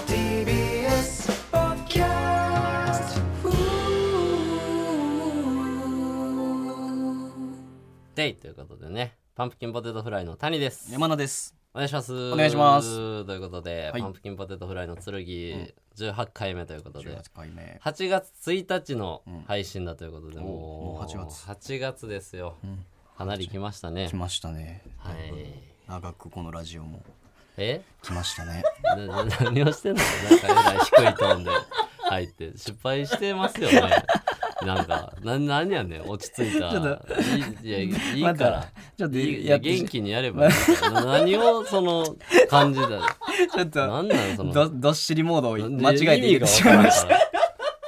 93TBS ポッドキャストデイということでね、パンプキンポテトフライの谷です。山名です。お願いします。。お願いしますということで、はいパンプキンポテトフライの剣、18回目ということで、 18回目。 8月1日の配信だということで、んもうおもう8月8月ですよ。かなり来ましたね来。ましたね。はい。長くこのラジオもえ来ましたね。なな何をしてんのなんかえらい低いトーンで入って失敗してますよね。なんか、な、何やねん、落ち着いた。いいいや、いいまかだら。ちょっといいやって元気にやればいいからな何をその感じだちょっと何なんそのどどっしりモードをな間んで違えて意味言っがて分しかまいらんましか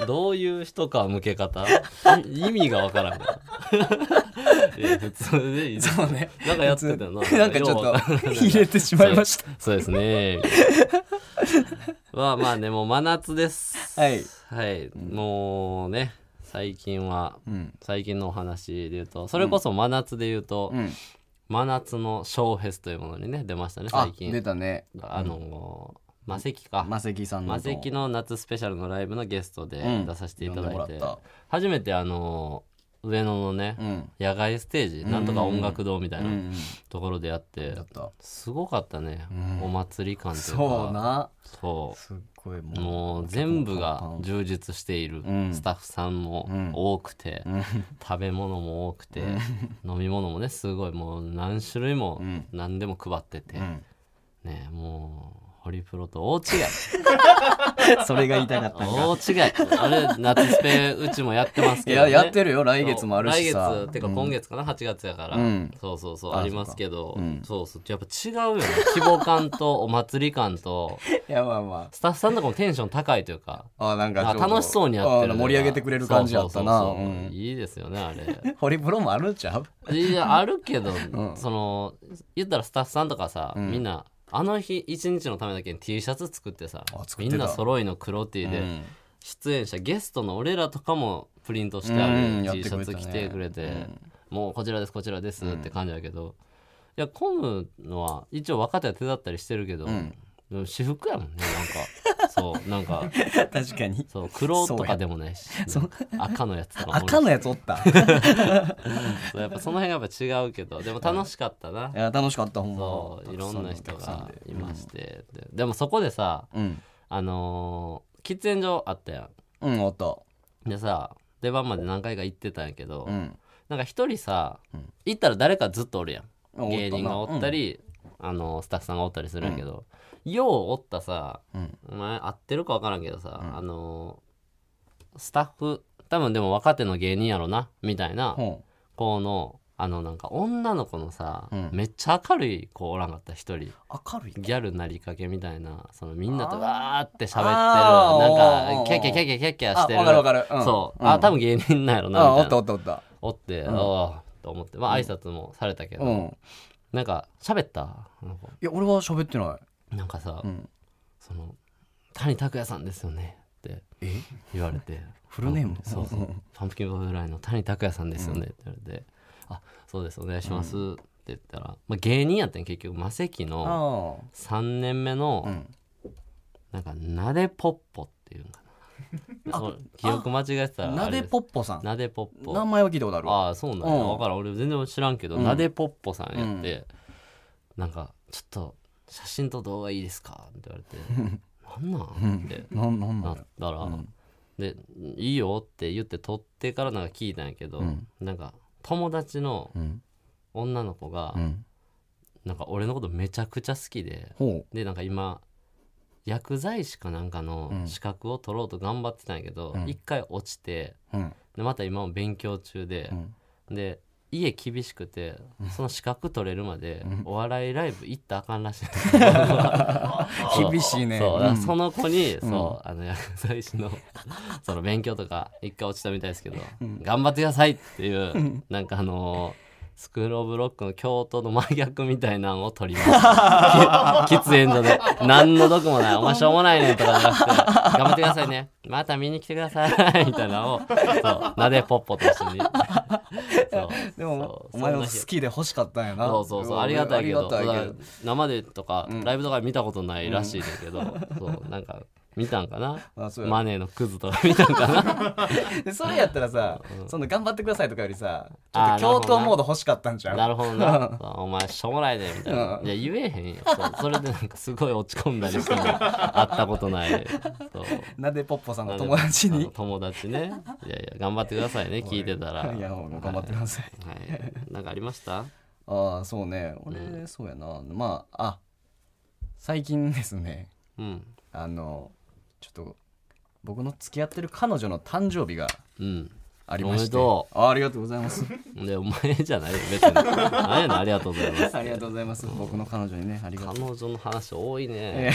らどういう人か向け方い意味が分からん からいや普通でいいですた。そうね。なんかやってたよな なんかちょよう分っらとん 入れてしまいました。そうですねまあまあねもう真夏ですはいはい、もうね最近は、ん最近のお話で言うとそれこそ真夏で言うと、うん。真夏のショーフェスというものにね出ましたねあ最、近出たね。あの、マセキか。マセキさんの。マセキ。の夏スペシャルのライブのゲストうでん出させていただ呼いんでて、もらっ初めてあの、上野のね、うん。野外ステージ、なんとか音楽堂みたいうんう。なんところでやってだっ、た。すごかったね、お祭り感というか。そうな。そ。すっごいうももう全部が充実している、んスタッフさんもん多くて、食べ物も多くて、飲み物もねすごいもう何種類もん何でも配ってて、う。うん。ねえもうホリプロと大違い それが言いたかったんか。大違いあれ夏スペうちもやってますいけど、や、ね、やってるよ。来月もあるしさ。来月ってか今月かな、8月やから、うんそうそうそうあありますけどそっかうんそうそうやっぱ違うよね規模感とお祭り感といや、まあまスタッフさんとかもテンション高いというかあ。あ、なんかちょあっと楽しそうにやってるあというか盛り上げてくれる感じやったな。そうそうそううそうんいいですよねあれホリプロもあるんちゃういやあるけど、その言ったらスタッフさんとかさ、みんなあの日一日のためだけに T シャツ作ってさあ作ってみたんな揃いの黒 T で、うん出演者ゲストの俺らとかもプリントしてあうるんやっ T てシくャれたツね着てくれて、もうこちらですこちらですって感じだけど、いや混むのは一応若手は手だったりしてるけど、でも私服やもんねなんかそうなんか確かに。そう黒とかでも ないし赤のやつとかもおるし赤のやつおった。そうやっぱその辺がやっぱ違うけどでも楽しかったな、いや、楽しかった、ほんま。そういろんなた人くさんのおが客さんでいまして、ででもそこでさうん。あのー喫煙所あったやうん、おった。んでさ出番まで何回か行ってたんやけど、うん。なんか一人さ、行ったら誰かずっとおるやおんったな芸人がおったり、あのースタッフさんがおったりするんやけど、ようおったさ、んお前合ってるか分からんけどさ、あのースタッフ多分でも若手の芸人やろなみたいなほ子のあのなんか女の子のさ、んめっちゃ明るい子おらんかった一人。う。明るい。ギャルなりかけみたいなそのみんなとあーわーって喋ってるあーなんおーおーかおーキャッキャキャッキャキャッキャしてるあわかるわかるうんそう、うんあ多分芸人なんやろなみあ、おたいなったおったおった。おって、ああと思ってまあ挨拶もされたけど、うん。なんか喋ったなんかいや、俺は喋ってない。なんかさ、んその「谷拓也さんですよね」ってえ言われてフルネームそうそうパンプキンボブライの谷拓也さんですよねって言われて「あそうですお願いします」って言ったら、まあ、芸人やってん結局マセキの。あ3年目の、んなんかなでぽっぽっていうのか なそう記憶間違えてたあ。らなあれですぽっぽさん。なでぽっ名ぽ前は聞いたことあるわ。ああそうなんや、うん分からん俺全然知らんけど、なでぽっぽさんやって、なんかちょっと写真と動画いいですかって言わ れてなんなんってなん、なんななんっだたら、でいいよって言って撮ってからなんか聞いたんやけど、なんか友達のん女の子が、んなんか俺のことめちゃくちゃ好きで、ほでなんか今薬剤師かなんかの資格を取ろうと頑張ってたんやけど一、回落ちてう。うん。でまた今も勉強中で、で家厳しくてその資格取れるまでお笑いライブ行ったらあかんらしい、そう厳しいねそううんだからその子に、そうあの薬剤師の その勉強とか一回落ちたみたいですけど、頑張ってくださいっていう、なんかあのースクール・オブ・ロックの教頭の真逆みたいなのを取りま した。き喫煙所で。何の毒もない。お前しょうもないねんとかじゃなくて、頑張ってくださいね。また見に来てください。 みたいなのを、そう、なでぽっぽと一緒に。そうでもそうお前そもん好な日きで欲しかったんやなそうそうそうありがたいけどありがたいけそうだ生でとか、ライブとか見たことないらしいねんけど、そうなんか見たんかなあそうやマネーのクズとか見たんかなでそれやったらさ、その頑張ってくださいとかよりさちょあっーと教頭モード欲しかったん ちゃうなるほどなそうお前しょうもないねみたいなういや言えへんよそうそれでなんかすごい落ち込んだりしても会ったことないそうなでぽっぽさんの友達あのに友達ねいやいや頑張ってくださいね聞いてたら いやもう頑張ってくださいはい、なんかありましたああそうね俺、そうやなまああ最近ですねうんあのちょっと僕の付き合ってる彼女の誕生日がうんありましておめでとあありがとうございます でお前じゃないよ別に何やねんありがとうございますありがとうございます僕の彼女にねありがとう彼女の話多いえねえ。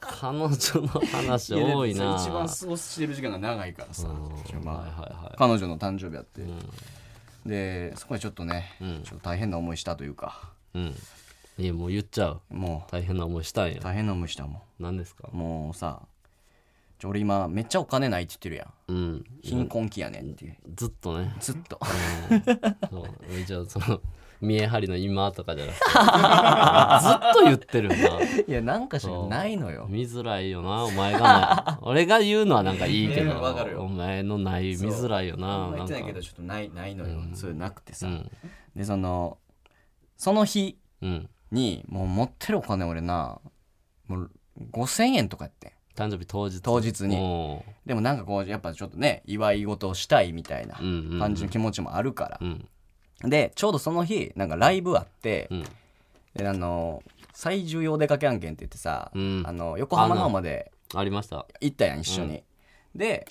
彼女の話多いな。一番過ごしてる時間が長いからさ、うんはいはいは彼女の誕生日あって、でそこでちょっとね、ちょっと大変な思いしたというかい。うん。いやもう言っちゃう。も大変な思いしたんうや。大変な思いしたも何ですかんもうさちょ俺今めっちゃお金ないって言ってるやんうん。貧困期やねんっていうずっとね。ずっと そう じゃあその、見え張りの今とかじゃ なくて。ずっと言ってるよな。いやなんかしらないのよ見づらいよな、お前がない。 俺が言うのはなんかいいけいやどわかる、よお前のない見づらいよな。なんかちょっとないないのよ、そういうなくてうさ、ん。でそのその日うん。にもう持ってるお金俺なもう5,000円とかやって誕ん生日当日。当日におーでもなんかこうやっぱちょっとね祝い事をしたいみたいなうんうんうん感じの気持ちもあるから、うん。でちょうどその日なんかライブあって、うん。であの最重要出かけ案件って言ってさ、うんあの横浜の方までありました。行ったやん一緒に、で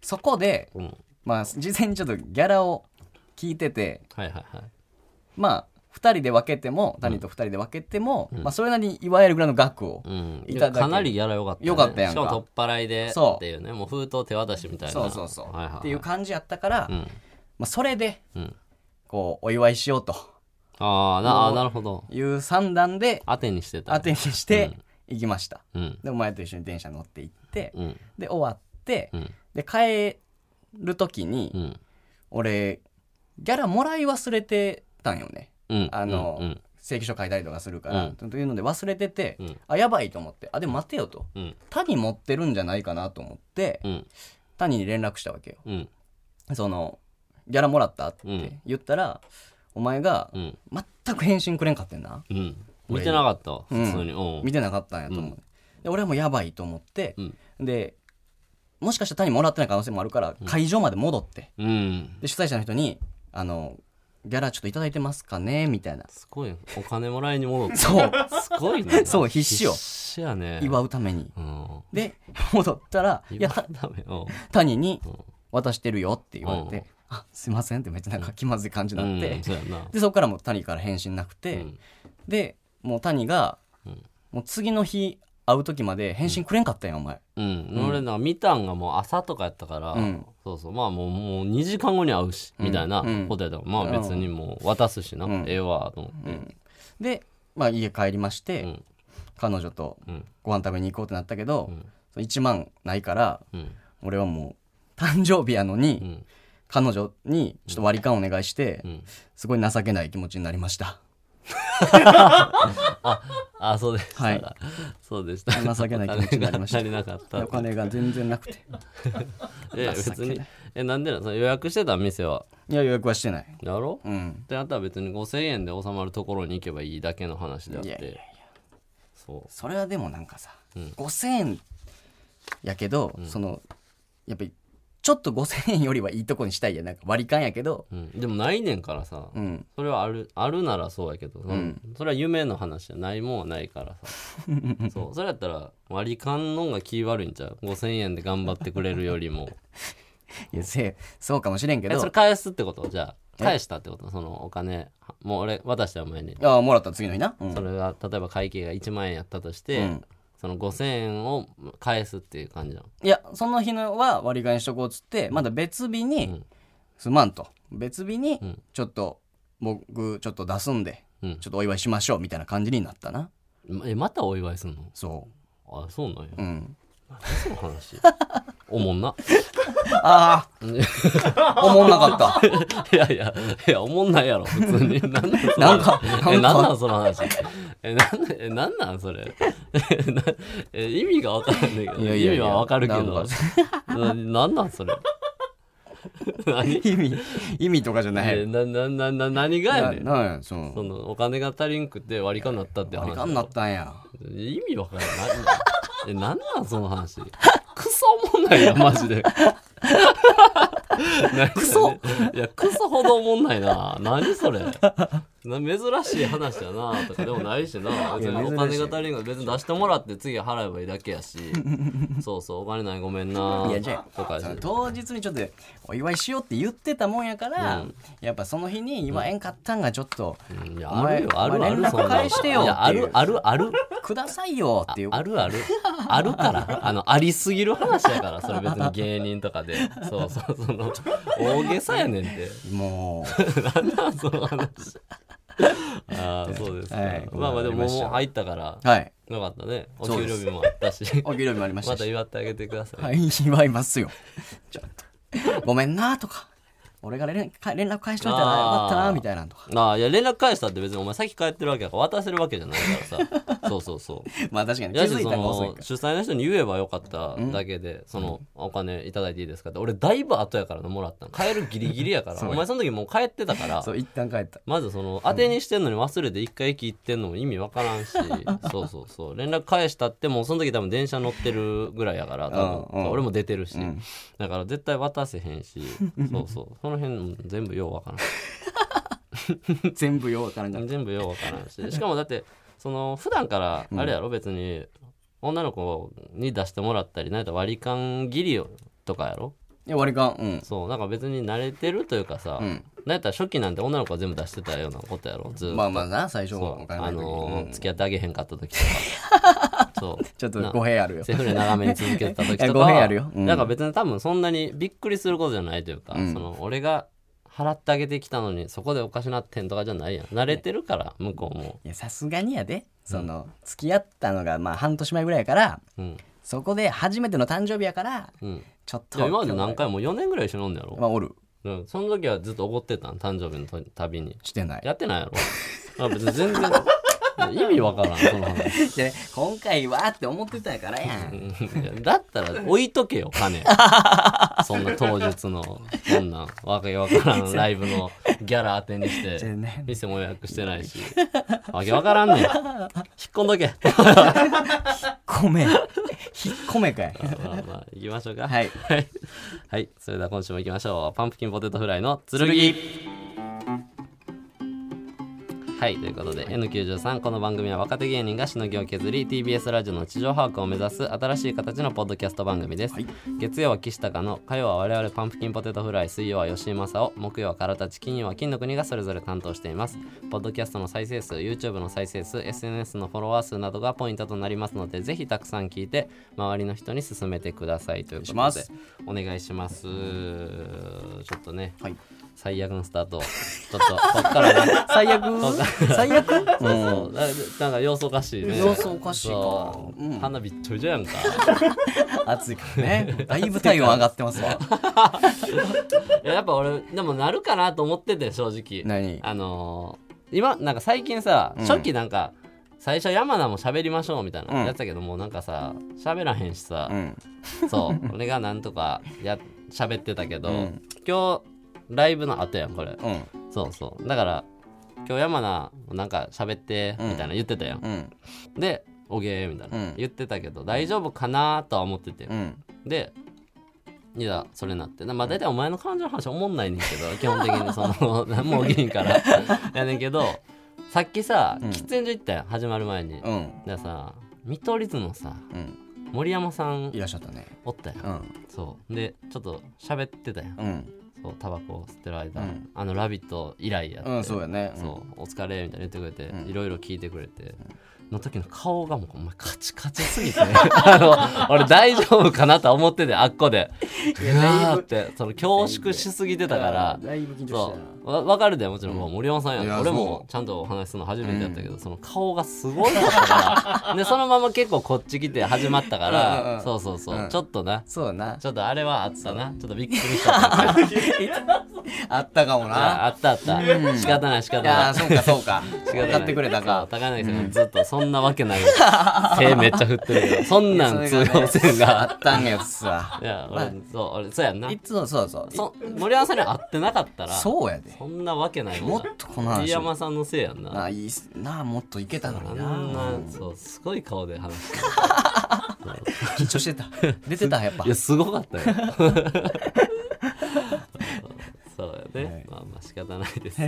そこで、うん。まあ、事前にちょっとギャラを聞いててはいはいはい。まあ2人で分けても谷と2人で分けても、まあ、それなりにいわゆるぐらいの額を、うん、いただけるかなりギャラ良かった、ね、良かったやんかしかも取っ払いでそうっていうねもう封筒手渡しみたいなそうそうそう、はいはいはっていう感じやったから、うんまあ、それでうん、こうお祝いしようとああなあーなるほどいう算段で当てにしてた当てにして行きました、うんでお前と一緒に電車乗って行って、うんで終わって、うんで帰る時に、うん俺ギャラもらい忘れてたんよねうんあの、うん請求書書いたりとかするから、うんというので忘れてて、うんあやばいと思ってあでも待てよとうん谷持ってるんじゃないかなと思って、うん谷に連絡したわけようんそのギャラもらったって言ったら、お前がうん全く返信くれんかってんなうん見てなかったわうん普通におう見てなかったんやと思う、で俺はもうやばいと思って、うんでもしかしたら谷もらってない可能性もあるから会場まで戻って、うんで主催者の人に「あのギャラちょっといただいてますかね?」みたいなすごいお金もらいに戻った そうすごいねそう必死よ必死やね祝うためにうんで戻ったら「い祝やうためおう谷に渡してるよ」って言われうんて「あすいません」ってめっちゃなんか気まずい感じにうなって、んそうやなでそこからもう谷から返信なくて、うんでもう谷が、もう次の日会う時まで返信くれんかったんやお前うん、俺なんか見たんがもう朝とかやったから、んそうそうまあもうもう2時間後に会うし、みたいなことやったからまあ別にもう渡すしな、ええわと思って、で、まあ、家帰りまして、ん彼女とうんご飯食べに行こうってなったけど、その1万ないからうん俺はもう誕生日やのに、ん彼女にちょっと割り勘お願いして、んすごい情けない気持ちになりましたあそうでした、はいそうでした情けない気持ちになりました足り なかったお金が全然なく てえ別にえなんでなんその予約してた店はいや予約はしてないやろうっんてなったら別に5000円で収まるところに行けばいいだけの話であっいやいやいてそそれはでもなんかさ、5,000円やけど、そのやっぱりちょっと5,000円よりはいいとこにしたいやんなんか割り勘やけどう、うん、でもないねんからさ、うんそれはあるあるならそうやけど、そのそれは夢の話じゃないもんはないから さそうそれやったら割り勘のんが気悪いんちゃう5000円で頑張ってくれるより もいやせそうかもしれんけえそれど返すってことじゃあ返したってことそのお金もう俺渡した前に、ああもらった次の日な、うんそれが例えば会計が1万円やったとして、うんその5000円を返すっていう感じなのいやその日のは割り勘にしとこうっつってまだ別日に、すまんと別日にちょっと僕ちょっと出すんで、うんちょっとお祝いしましょうみたいな感じになったなまえまたお祝いするのそあそうなんや ううんその話 おもんなああおもんなかったいやいやいやおもんないやろ普通 になんなんそのなんかえなんなんなんその話えなんえなんなんそれえなえ意味がわからんねんけどいやいや意いや味はわかるけなどんななんなんそれ何意味意味とかじゃない、えなななな何がやなねんなんやそのそのお金が足りんくて割り勘になったって話割り勘になったんや意味わからんないえなんなんその話クソおもんないなマジで クソいやクソほどおもんないな何それな珍しい話やなとかでもないしな別にいやお珍金しいが足りんから別に出してもらって次払えばいいだけやしそうそうお金ないごめんないやじゃとかあしその当日にちょっとお祝いしようって言ってたもんやから、うんやっぱその日に祝えんかったんがちょっと、うんいやおあ前るよあるあおる前そんな連絡返してよいやあるあるあるくださいよっていうあるある。あるから。あの、ありすぎる話やから、それ別に芸人とかで。そうそう、その、大げさやねんって。もうあその話。ああ、そうですか。はいまあまあ、でもわかりまもしたう入ったから、はい。よかったね。おそう給で料す日もあったし。お給料日もありましまたたし。祝ってあげてください。はい、祝いますよ。ちょっと。ごめんなとか。俺が連絡連絡返しといたらよかったあなーみたいなのとか。ああ、いや、連絡返したって別にお前先帰ってるわけやから渡せるわけじゃないから さ。そうそうそう。まあ確かに気やしづいそたら遅いのか主催の人に言えばよかっただけで、そのお金いただいていいですかって俺だいぶ後やからなもらったの帰るギリギリや からうお前その時もう帰ってたからら。 そう、一旦帰った。まずその当てにしてんのに忘れて一回駅行ってんのも意味わからんし そうそうそう連絡返したってもうその時多分電車乗ってるぐらいやから多うんう分ん俺も出てるし、だから絶対渡せへんしそうそう その辺も全部ようわからん全部ようわからんかった。全部ようわからんししかもだってその普段からあれやろ別に女の子に出してもらったりなんやったら割り勘切りとかやろいや、割り勘。うん。そうなんか別に慣れてるというかさ、うんなんやったら初期なんて女の子が全部出してたようなことやろずっと、まあまあな、最初そおう金あの時のーうん付き合ってあげへんかった時と かそうちょっと語弊あるよ。セフレ長めに続けてた時いとやか語弊はあるようんなんか別に多分そんなにびっくりすることじゃないというか、その俺が払ってあげてきたのにそこでおかしなってんとかじゃないやん慣れてるから向こうも、いや、さすがにやで。その、付き合ったのがまあ半年前ぐらいやから、うんそこで初めての誕生日やから、うん、ちょっと。で今まで何回も4年ぐらい一緒に飲んだやろ、まあ、おる。うん、その時はずっと怒ってたん誕生日のとたびにしてない。やってないやろあ別に全然意味わからんその話 で今回はって思ってたからやん。いやだったら置いとけよ 金そんな当日のそんなわけわからんライブのギャラ当てにしじゃあてね店も予約してないしわけわからんねん引っ込んどけま 米。引っ込めかい。あまあ行きましょうかはい。はい、 はい、それでは今週も行きましょうパンプキンポテトフライの剣はいということで N93 この番組は若手芸人がしのぎを削り TBS ラジオの地上把握を目指す新しい形のポッドキャスト番組です、月曜は岸高の火曜は我々パンプキンポテトフライ水曜は吉井正夫木曜はからたち金曜は金の国がそれぞれ担当していますポッドキャストの再生数 YouTube の再生数 SNS のフォロワー数などがポイントとなりますのでぜひたくさん聞いて周りの人に勧めてくださいということでしますお願いしますちょっとね、はい最悪のスタートちょっとこっからね 最悪。最悪。そうななんか様子おかしいね様子おかしいかそううん鼻びっちょりじゃやんか暑いからね。だいぶ体温上がってます わ。いややっぱ俺でもなるかなと思ってて正直何あのー今なんか最近さ、初期なんか最初山名も喋りましょうみたいなうんやつだけど、もうなんかさ喋らへんしさう、ん。そう俺がなんとかや喋ってたけど、うん今日ライブの後やんこれうん。そうそうだから今日山名なんか喋ってみたいな言ってたやん、うん。でおげーみたいな、うん言ってたけど大丈夫かなとは思ってて、うん。でいやそれなってなまあ大体お前の感情の話おもんないねんけど 基本的にその 何も起きんからやねんけどさっきさうん喫煙所行ったやん始まる前に、うでん。さ見取り図のさうん。森山さんいらっしゃったね。おったやん、うん。そうでちょっと喋ってたやん、うん。そうタバコを吸ってる間、うんあの「ラビット!」以来やって、うん、そうやね。うんそう、お疲れみたいな言ってくれて、んいろいろ聞いてくれて、の時の顔がもう、お前カチカチすぎて、 あの、俺大丈夫かなとは思ってて、あっこで。うわーって、その恐縮しすぎてたから、だいぶ緊張してそたなう、わわかるでもちろん、もう森山さんいやや俺そもうちゃんとお話しするの初めてやったけど、その顔がすごいかった からでそのまま結構こっち来て始まったかうんうんうらんそうそうそう、うんちょっとなそうだなちょっとあれはあったなちょっとびっくりした というかあったかもあなあったあった、仕方ない仕方いなやーいそうかそうか 違うやってくれたそうか高柳さんがずっとそんなわけ ないよ手めっちゃ振ってるけどそんなんそれ通が用ねせんあがったんやつさ いや俺そう俺そうやんないつもそうそうそ森山さんに会ってなかったらそそうやでんなわけないももっんとこのな飯話山さんのせいやんなあいいっすなあもっといけたのあにんななそうすごい顔で話 してる緊張してた 出てたやっぱいやすごか ったよそうやね、まあまあ仕方ない です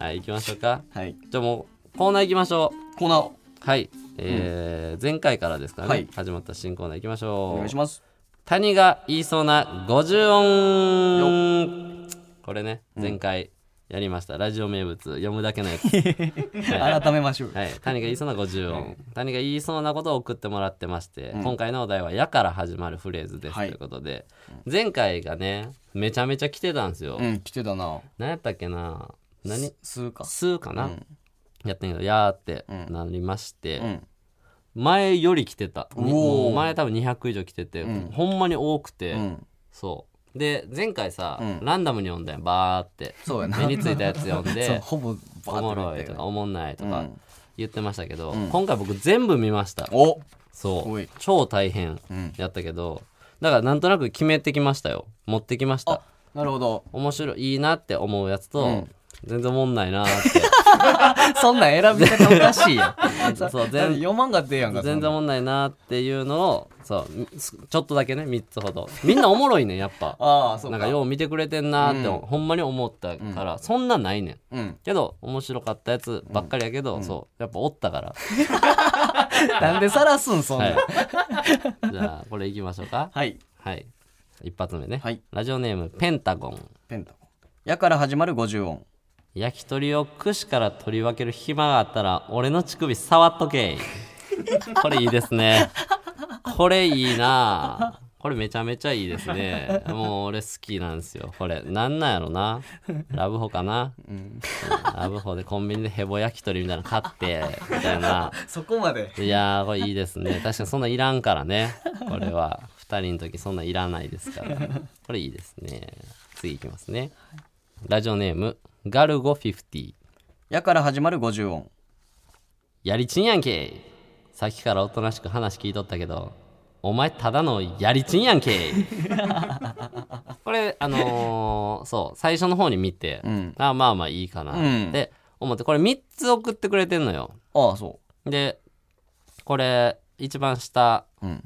はい行きましょうかはいじゃあもうコーナー行きましょうコーナーをはい、えー前回からですからね、はい始まった新コーナーいきましょうお願いします谷が言いそうな50音これね前回やりました、ラジオ名物読むだけの やつはい改めましょうはい、谷が言いそうな50音谷が言いそうなことを送ってもらってまして、今回のお題は「や」から始まるフレーズですとはいいうことで、前回がねめちゃめちゃ来てたんですよ、うん来てたな何やったっけな何数か数かな、うんやってんけど「や」ってなりまして、うん前より来てたにおーもう前多分200以上来てて、ほんまに多くて、うんそうで前回さ、うんランダムに読んだよバーってそうやな目についたやつ読ん そうでほぼバおもーっろてい出とてかおもんないとうかん言ってましたけど、今回僕全部見ましたおそおうい超大変やったけど、だからなんとなく決めてきましたよ持ってきましたなるほど面白いいいなって思うやつと、ん全然おもんないなー ってそんなん選び方おかしいや んそうだって全読まんかってええやんか全然おもんないなっていうのをそうすちょっとだけね3つほどみんなおもろいねやっぱ ああそうなんかかよう見てくれてんなーって、ほんまに思ったから、そんなないねんうんけど面白かったやつばっかりやけど、そうやっぱおったからなんでさらすんそんなんはい じゃあこれいきましょうかはいはい一発目ね、はいラジオネームペンタゴンペンタゴンやから始まる50音焼き鳥を串から取り分ける暇があったら俺の乳首触っとけ いこれいいですねこれいいなこれめちゃめちゃいいですねもう俺好きなんですよこれなんなんやろなラブホかな、うんラブホでコンビニでヘボ焼き鳥みたいなの買ってみたいなそこまでいやーこれいいですね確かにそんなんいらんからねこれは2人の時そんなんいらないですからこれいいですね次いきますねラジオネームガルゴ50やから始まる50音やりちんやんけいさっきからおとなしく話聞いとったけどお前ただのやりちんやん けいこれあのーそう最初の方に見て、んあまあまあいいかなうんって思ってこれ3つ送ってくれてんのよああそでこれ一番下ううん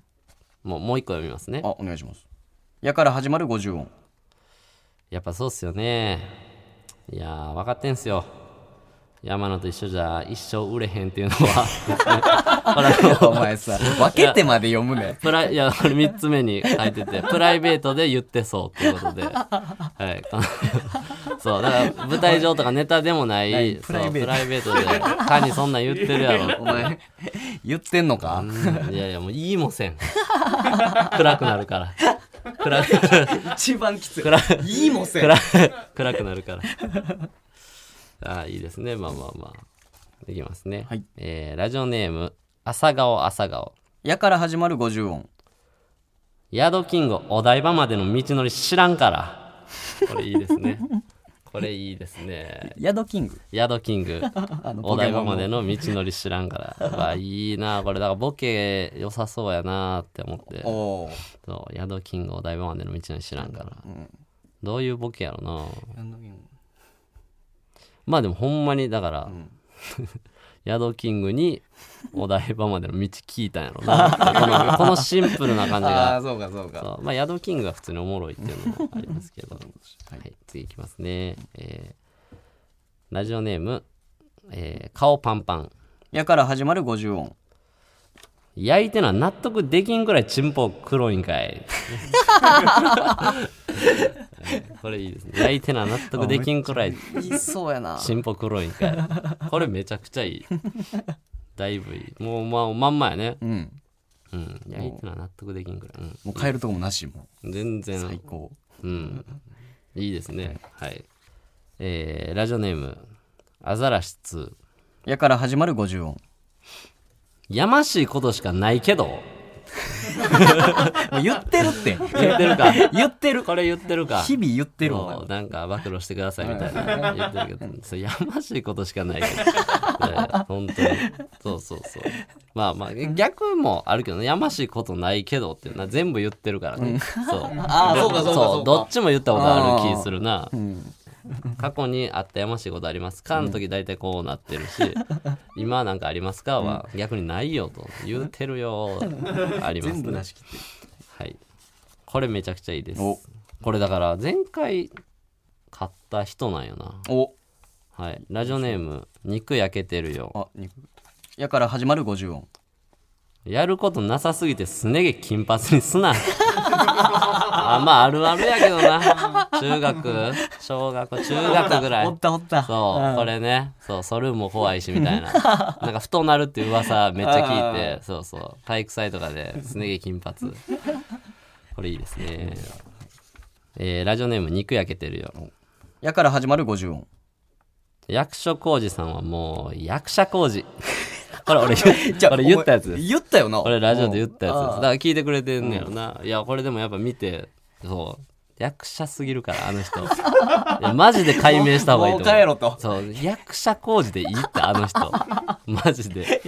もうもう一個読みますねあお願いしますやから始まる50音やっぱそうっすよねいやー分かってんすよ山野と一緒じゃ一生売れへんっていうのは こ れあのお前さ分けてまで読むねプライいやこれ3つ目に書いててプライベートで言ってそうっていうことで、はい、 このそうだから舞台上とかネタでもないないそうプライベートプライベートで「他にそんなん言ってるやろ」っ てお前言ってんのかうんいやいやもう言いもせん暗くなるから暗くなる一番きつい暗いいもんせ暗暗くなるから ああいいですねまあまあまあできますね、はいえーラジオネーム朝顔朝顔やから始まる50音ヤドキングお台場までの道のり知らんからこれいいですねこれいいですねヤドキングヤドキングのおポケ台場モンのまでの道のり知らんからうわいいなこれだからボケ良さそうやなって思っておおそうヤドキングお台場までの道のり知らんから、どういうボケやろなまあでもほんまにだから、 ヤドキングにお台場までの道聞いたんやろなこの このシンプルな感じあがあそうかそうかそうまあヤドキングが普通におもろいっていうのもあります けど、はい次いきますね、えーラジオネーム、えー顔パンパンやから始まる50音焼いてのは納得できんくらいチンポ黒いんか いこれいいですね焼いてのは納得できんくらいいいそうやなチンポ黒いんかいこれめちゃくちゃいいだいぶいいもうまあまんまやね うんうん焼いてのは納得できんくらい、もう帰るとこもなしもうん、全う最然高うんいいですねはい、えーラジオネームアザラシ2やから始まる50音。やましいことしかないけどもう言ってる って。言ってるか言ってる。これ言ってるか日々言ってるわ。もうなんか暴露してくださいみたいな言ってるけどそうやましいことしかないけどね本当にそうそうそうまあまあ逆もあるけどねやましいことないけどっていうのは全部言ってるからね、そうああ、そうか、そうか、そうどっか。ちも言ったことある気するな、ん過去にあったやましいことありますかの時大体こうなってるし、今なんかありますかは逆にないよと言うてるよあります全部ね出し切ってる。はいこれめちゃくちゃいいですおこれだから前回買った人なんよなおはいラジオネーム肉焼けてるよあ、肉やから始まる50音。やることなさすぎてすね毛金髪にすな あまああるあるやけどな中学小学校中学ぐらいおったおった。そう、これね、そう、ソルーも怖いしみたい な。なんか太なるっていう噂めっちゃ聞いて、そうそう、体育祭とかで、すね毛金髪。これいいですね。えーラジオネーム肉焼けてるよ。やから始まる50音。役所広司さんはもう、役者広司。これ俺 言う、これ言ったやつです。言ったよな。これラジオで言ったやつです。だから聞いてくれてんねやろな。いや、これでもやっぱ見て、そう。役者すぎるから、あの人。い やマジで解明した方がいいもとう思う。帰ろと。そう役者工事でいいってあの人マジで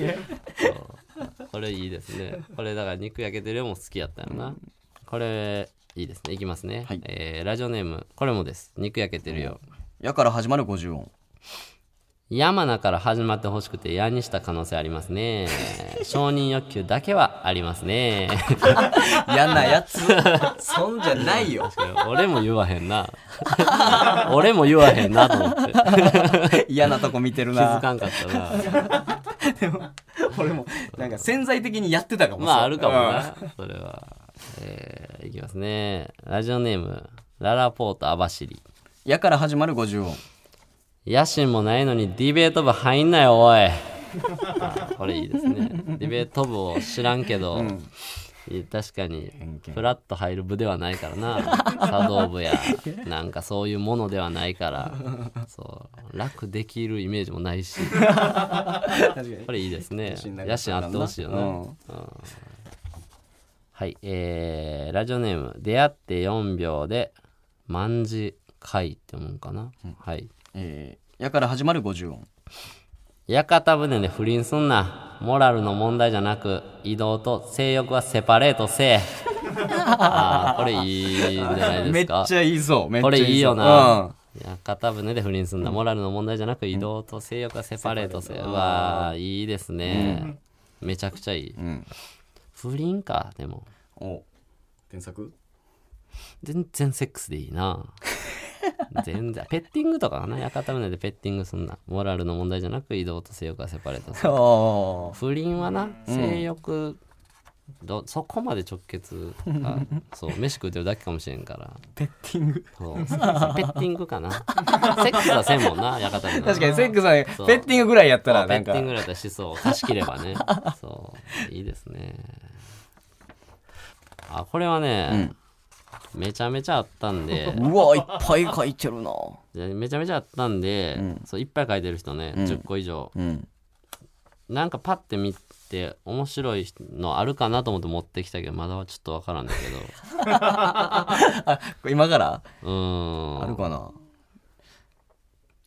そうこれいいですねこれだから肉焼けてるよも好きやったよな、これいいですねいきますね、はいえーラジオネームこれもです肉焼けてるよ、やから始まる50音。山名から始まってほしくて矢にした可能性ありますね承認欲求だけはありますね嫌なや つ。そんじゃないよ。俺も言わへんな 俺も言わへんなと思 って嫌なとこ見てる気づな。かんかったな 俺も、なんか潜在的にやってたかもしれまない。ああるかもうんな、それは。えーいきますね。ラジオネーム、ララポート網走。やから始まる50音。野心もないのにディベート部入んなよ、おい。あこれいいですね。ディベート部を知らんけど、いや確かに、フラッと入る部ではないからな。茶道部や、なんかそういうものではないから、そう、楽できるイメージもないし、確かに。これいいですね心。なか野った心らあなってほしいような。ん。はい、えー、ラジオネーム、出会って4秒で、万字会って思うんかな。はい。えーやから始まる50音。屋形船で不倫すんな。モラルの問題じゃなく、移動と性欲はセパレートせえ。あーこれいいんじゃないめでっすか。ちゃいいぞ。めっちこゃれいいぞいいよな。。屋形船で不倫すんな。モラルの問題じゃなく、移動と性欲はセパレートせえ。うわーいいですね。めちゃくちゃいい。ん不倫か、でも。うんお添削全然セックスでいい な全然ペッティングとかかな屋形船でペッティングすんなモラルの問題じゃなく移動と性欲はセパレートするおー不倫はな性欲、どそこまで直結 がそう飯食うてるだけかもしれんからペッティング。そうペッティング かなセックスはせんもんな屋形船は確かに、セックさ、そうんペッティングぐらいやったら、ペなッんテかィン。グだったら思想を貸し切れば ねそういいですねあこれはね、めちゃめちゃあったん でうわ、いっぱい書いてるな。でめちゃめちゃあったんで、そういっぱい書いてる人ね、10個以上うん。なんかパッて見て面白いのあるかなと思って持ってきたけどまだはちょっとわからんだけ今から どうーんあるかな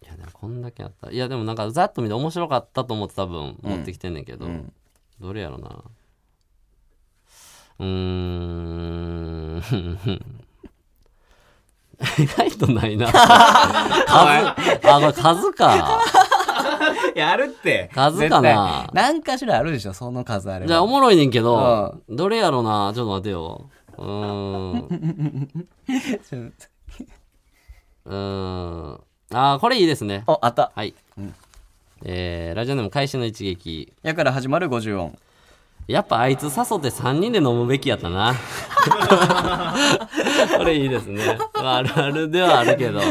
いやでもこんだけあったいやでもなんかざっと見て面白かったと思って多分持ってきてんねんけど、んどれやろなうーん 意外とない な数あこれ数かやるって。数かな何かしらあるでしょ、その数あればじゃあ、おもろいねんけど、どれやろな、ちょっと待てよ。うーん。うーん。あー、これいいですね。お、あった。はい。えー、ラジオネーム開始の一撃。やから始まる50音。やっぱあいつ誘って3人で飲むべきやったな。 これいいですね。まあ、あるあるではあるけど。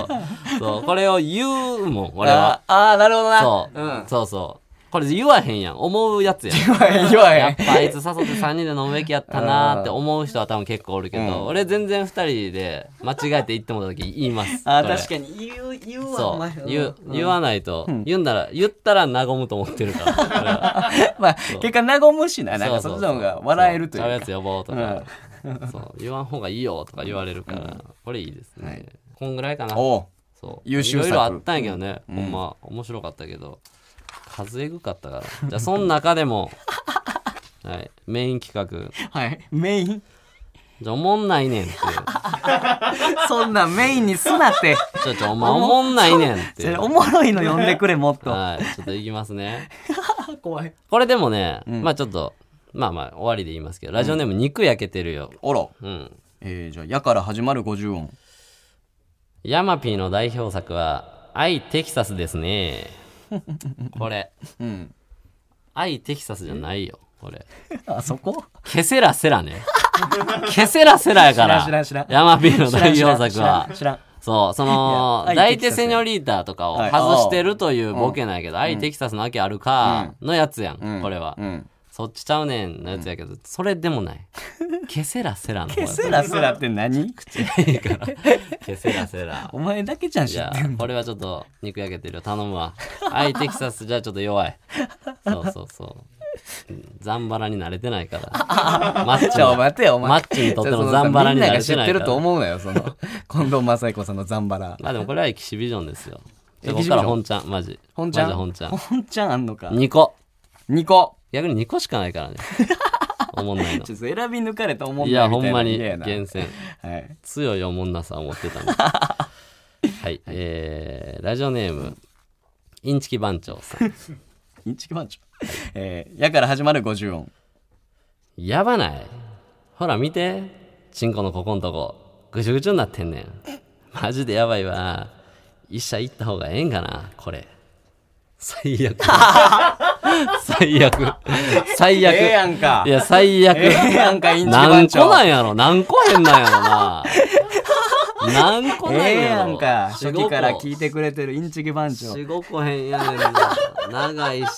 そう、これを言うもん、俺は。あーあー、なるほどな。そう、そうそう。これ言わへんやん思うやつやん言わへん言わやへっんぱあいつ誘って3人で飲むべきやったなーって思う人は多分結構おるけど、うん俺全然2人で間違えて行ってもらった時言いますあこれ確かに言う言うわおそ前う言ううん言わないと、言うんなら言ったら和むと思ってる から俺はまあ結果和むしななんかうそうっちの方が笑えるといそうあうるかやつ呼ぼうとうんか、そう言わん方がいいよとか言われるから、これいいですね、はいこんぐらいかなおうそう優い秀ろ作いろあったんやけどね、ほんま面白かったけど数えぐかったからじゃあその中で もはいメイン企画はいメインじゃあおもんないねんっていうそんなメインにすなってちょちょ お前おもんないねんってそいれうおもろいの呼んでくれもっとはいちょっといきますね怖いこれでもね、まあちょっとまあまあ終わりで言いますけどラジオネーム肉焼けてるよおろうんえー、じゃあ「や」から始まる50音ヤマピーの代表作は「愛テキサス」ですねこれうん「愛テキサス」じゃないよこれ あそこ「ケセラセラね」 ケセラセラやから知らん知らん知らヤマピーの知らん代知らん表知作らんは知らんそうその「いや愛テ大キ手サスセニョリータ」とかを外してるというボケなんやけど「愛テキサスのわけあるか」のやつやんこれはうんそっちちゃうねんのやつやけどそれでもない ケセラセラの方や「セラセラ」って何いいからケセラセラお前だけじゃんい知っやてんの、これはちょっと肉焼けてるよ。頼む わ。アイテキサスじゃちょっと弱い。そうそうそううん。ザンバラに慣れてないから。マッチちょ、ョ。待てよ、お前。マッチにとってのザンバラにみん慣ながれ知てっないてかるとら。思うなよ、その、近藤正彦さんのザンバラ。まあでもこれはエキシビジョンですよ。エこキこシビジョかンら本ちゃん、マジ。本ちゃんマジ本ちゃん。ほんちゃんあんのか。 2個。 2個。逆に2個しかないから ね。おもんないのち。ょっと選び抜かれた思うんいだや、よほみたんいまなに嫌やな厳選。はい。強いおもんなさを持って たんではい。えー、ラジオネーム、インチキ番長さん。インチキ番長。えー、やから始まる50音。やばない。ほら見て。チンコのここんとこ、ぐちゅぐちゅになってんねん。マジでやばいわ。医者行った方がええんかな、これ。最 悪。最悪。最悪。ええやんかい。や、最悪。ええやんか、インチキ何番個なん長。やろ何個変なんやろ な。何個なんやろええやんか。初期から四五個聞いてくれてるインチキ番長。四五個変やねんな長いし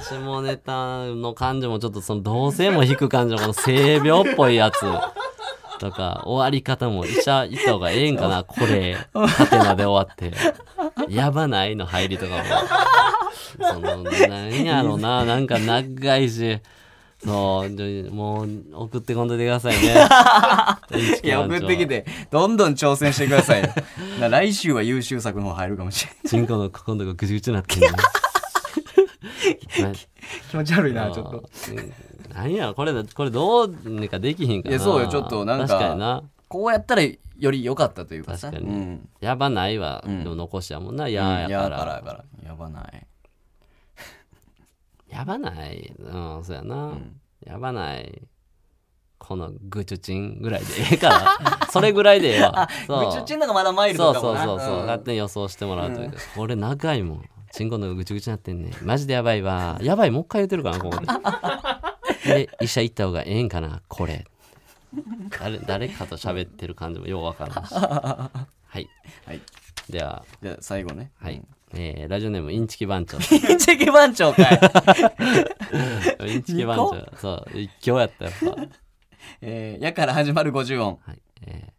下ネタの感じもちょっとその同性も引く感じのこの性病っぽいやつとか終わり方も医者行った方がええん かなこれハテナで終わってやばないの入りとかもそのなんやろな なんか長いしそうじゃもう送ってこんといてくださいねいや、送ってきて、どんどん挑戦してください よ。な来週は優秀作の方入るかもしれない。チンコのここんとこぐちぐちなってんの ね気持ち悪いなちょっとうん何やこれこれどうにかできひんかないやそうよちょっとなんか確かになこうやったらより良かったというかさ。確かにうん。やばないわ、でも残しやもんなやうんやかやかららやから。やばない。やばないうんそうやな、やばないこのぐちゅちんぐらいでええからそれぐらいでええ わそうぐちゅっちんのがまだマイルそドうかそもうなそうそう、勝手に予想してもらうというか、俺長いもんチンコのぐちぐちなってんねマジでやばいわやばいもう一回言ってるかなここ でで医者行った方がええんかなこれ誰誰かと喋ってる感じもようわから んしはい、はいではじゃあ最後ね。はい、えーラジオネームインチキ番 長インチキ番長か いインチキ番長そう一強やったやっぱえー、やから始まる50音。はいえー